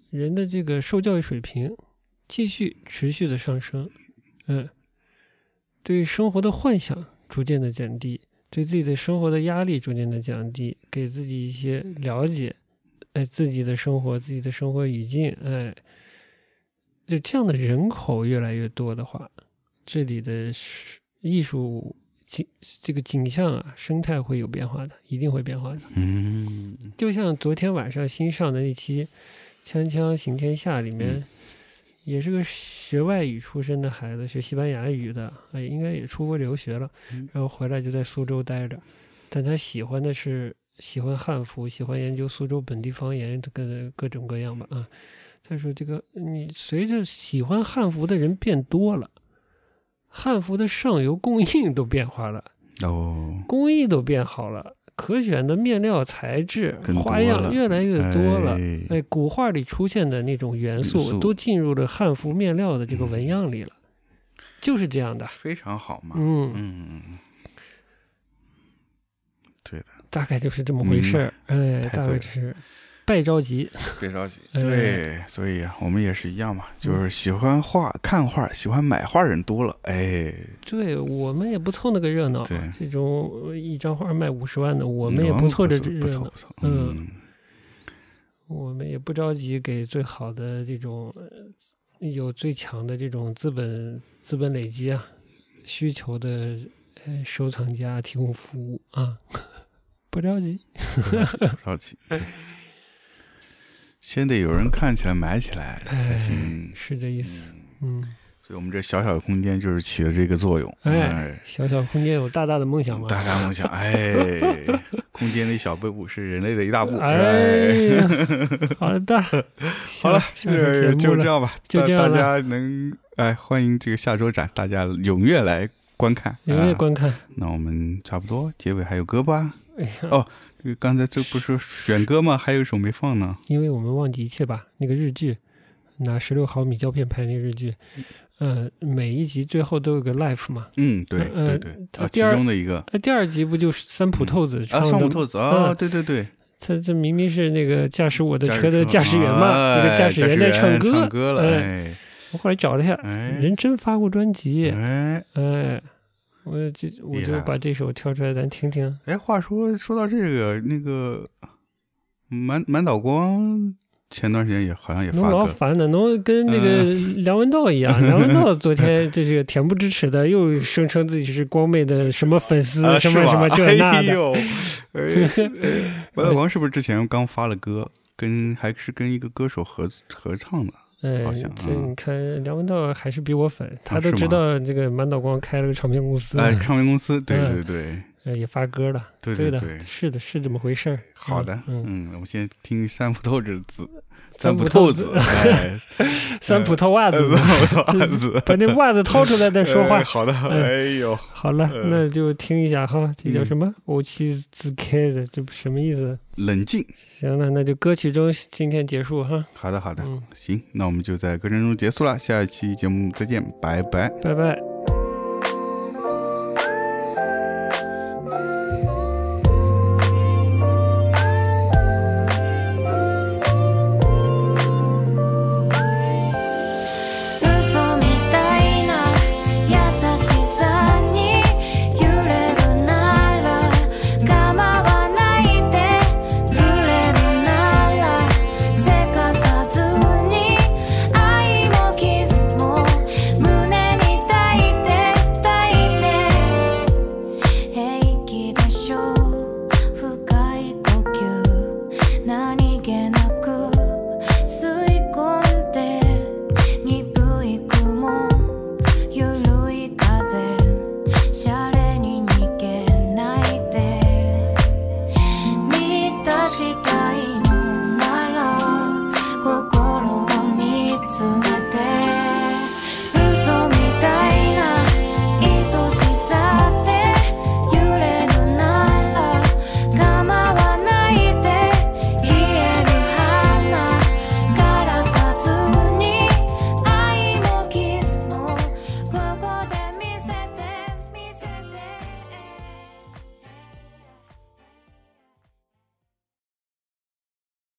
人的这个受教育水平继续持续的上升，嗯，对生活的幻想逐渐的降低，对自己的生活的压力逐渐的降低，给自己一些了解，哎，自己的生活，自己的生活语境，哎，就这样的人口越来越多的话，这里的是艺术景这个景象啊，生态会有变化的，一定会变化的。
嗯，
就像昨天晚上新上的那期《锵锵行天下》里面，也是个学外语出身的孩子，学西班牙语的，哎，应该也出国留学了，然后回来就在苏州待着，但他喜欢的是喜欢汉服，喜欢研究苏州本地方言，各各种各样吧啊。他说：“这个你随着喜欢汉服的人变多了，汉服的上游供应都变化了。”
哦，
工艺都变好了，可选的面料、材质
更、多
花样
了
越来越多了。
哎
哎，古画里出现的那种元
元
素
素嗯
都进入了汉服面料的这个纹样里了，就是这样的。
非常好嘛。
嗯，
嗯，嗯对的，
大概就是这么回事儿。哎，
嗯太
大
对
概
了
就是，别着急。 <laughs>
别着急。
哎嗯
对，所以啊，我们也是一样嘛，就是喜欢画、看画、喜欢买画人多了，哎，
对我们也不凑那个热闹
对，
这种呃一张画卖五十万的，哦我
我
们也不凑这
不
热
错
闹
不。错，
嗯
嗯，
我们也不着急给最好的这种呃有最强的这种资本资本累积啊需求的呃收藏家提供服务啊， <laughs> 不着急。
不着急。对，先得有人看起来、买起来才行
哎，。是这意思。嗯，
所以我们这小小的空间就是起了这个作用。
哎，，小小空间有大大的梦想嘛。
<laughs> 大大梦
<laughs>
想，哎，空间的一小步是人类的一大步。<laughs>
哎呀，好的，
好了，
下期节
这
目
就
了
这样吧，
就
大
这
大
样
家能哎，欢迎这个下周展，大家踊跃来观看。
有没有
啊
观看？
那我们差不多，结尾还有歌吧？
哎呀，
哦这个刚才这不是选歌吗？还有一首没放呢。
因为我们忘记一切吧，那个日剧，拿十六毫米胶片拍那个日剧，呃，每一集最后都有个 life 嘛。
嗯，对对
呃
对，
它
啊，其
第二
中的一个
那第二集不就是三浦透子
啊，
唱
上
的
午
吗？
透子啊，
嗯
对对对，
他这明明是那个驾驶我的车的驾
驾
驶
驶
员嘛，那个驾
哎驾
驶
员
在唱
歌，唱
歌。
了，
哎，
哎
我后来找了一下，
哎
人真发过专辑，
哎
哎，我这我
厉
就
害
把这首挑出来，咱听听。
哎，话说说到这个，那个满满岛光前段时间也好像也
侬
发
老
歌，嗯
烦的，侬跟那个梁文道一样。梁文
<laughs>
道昨天这是恬不知耻的，又声称自己是光妹的什么粉丝，
啊
什么
是吧
什么这那
哎
的。
<laughs> 呦，哎 <laughs> 满岛光是不是之前刚发了歌，跟还是跟一个歌手合合唱的？
哎
好像，
这
嗯
你看梁文道还是比我粉，他
啊
都
是
知
吗
道这个满岛光开了个唱片公司，
哎，唱片公司，对
嗯
对对，
呃，也发歌了，
对对
对的，
对
是的，是这么回事儿。
好的，
嗯，
嗯，我们先听三浦透
<laughs>
子子，
三
浦
浦
透
透
子
子，
哎，
嗯酸葡萄袜子，
三浦透子，
把那袜子掏出来再说话
哎。好的，<laughs>
嗯
哎呦，
好了，
呃
那就听一下哈，这叫
嗯
什么？我妻自开的，这不什么意思？
冷静。
行了，那就歌曲中今天结束哈，
好的，好的，
嗯
行，那我们就在歌声中结束了，下一期节目再见，拜拜。
拜拜。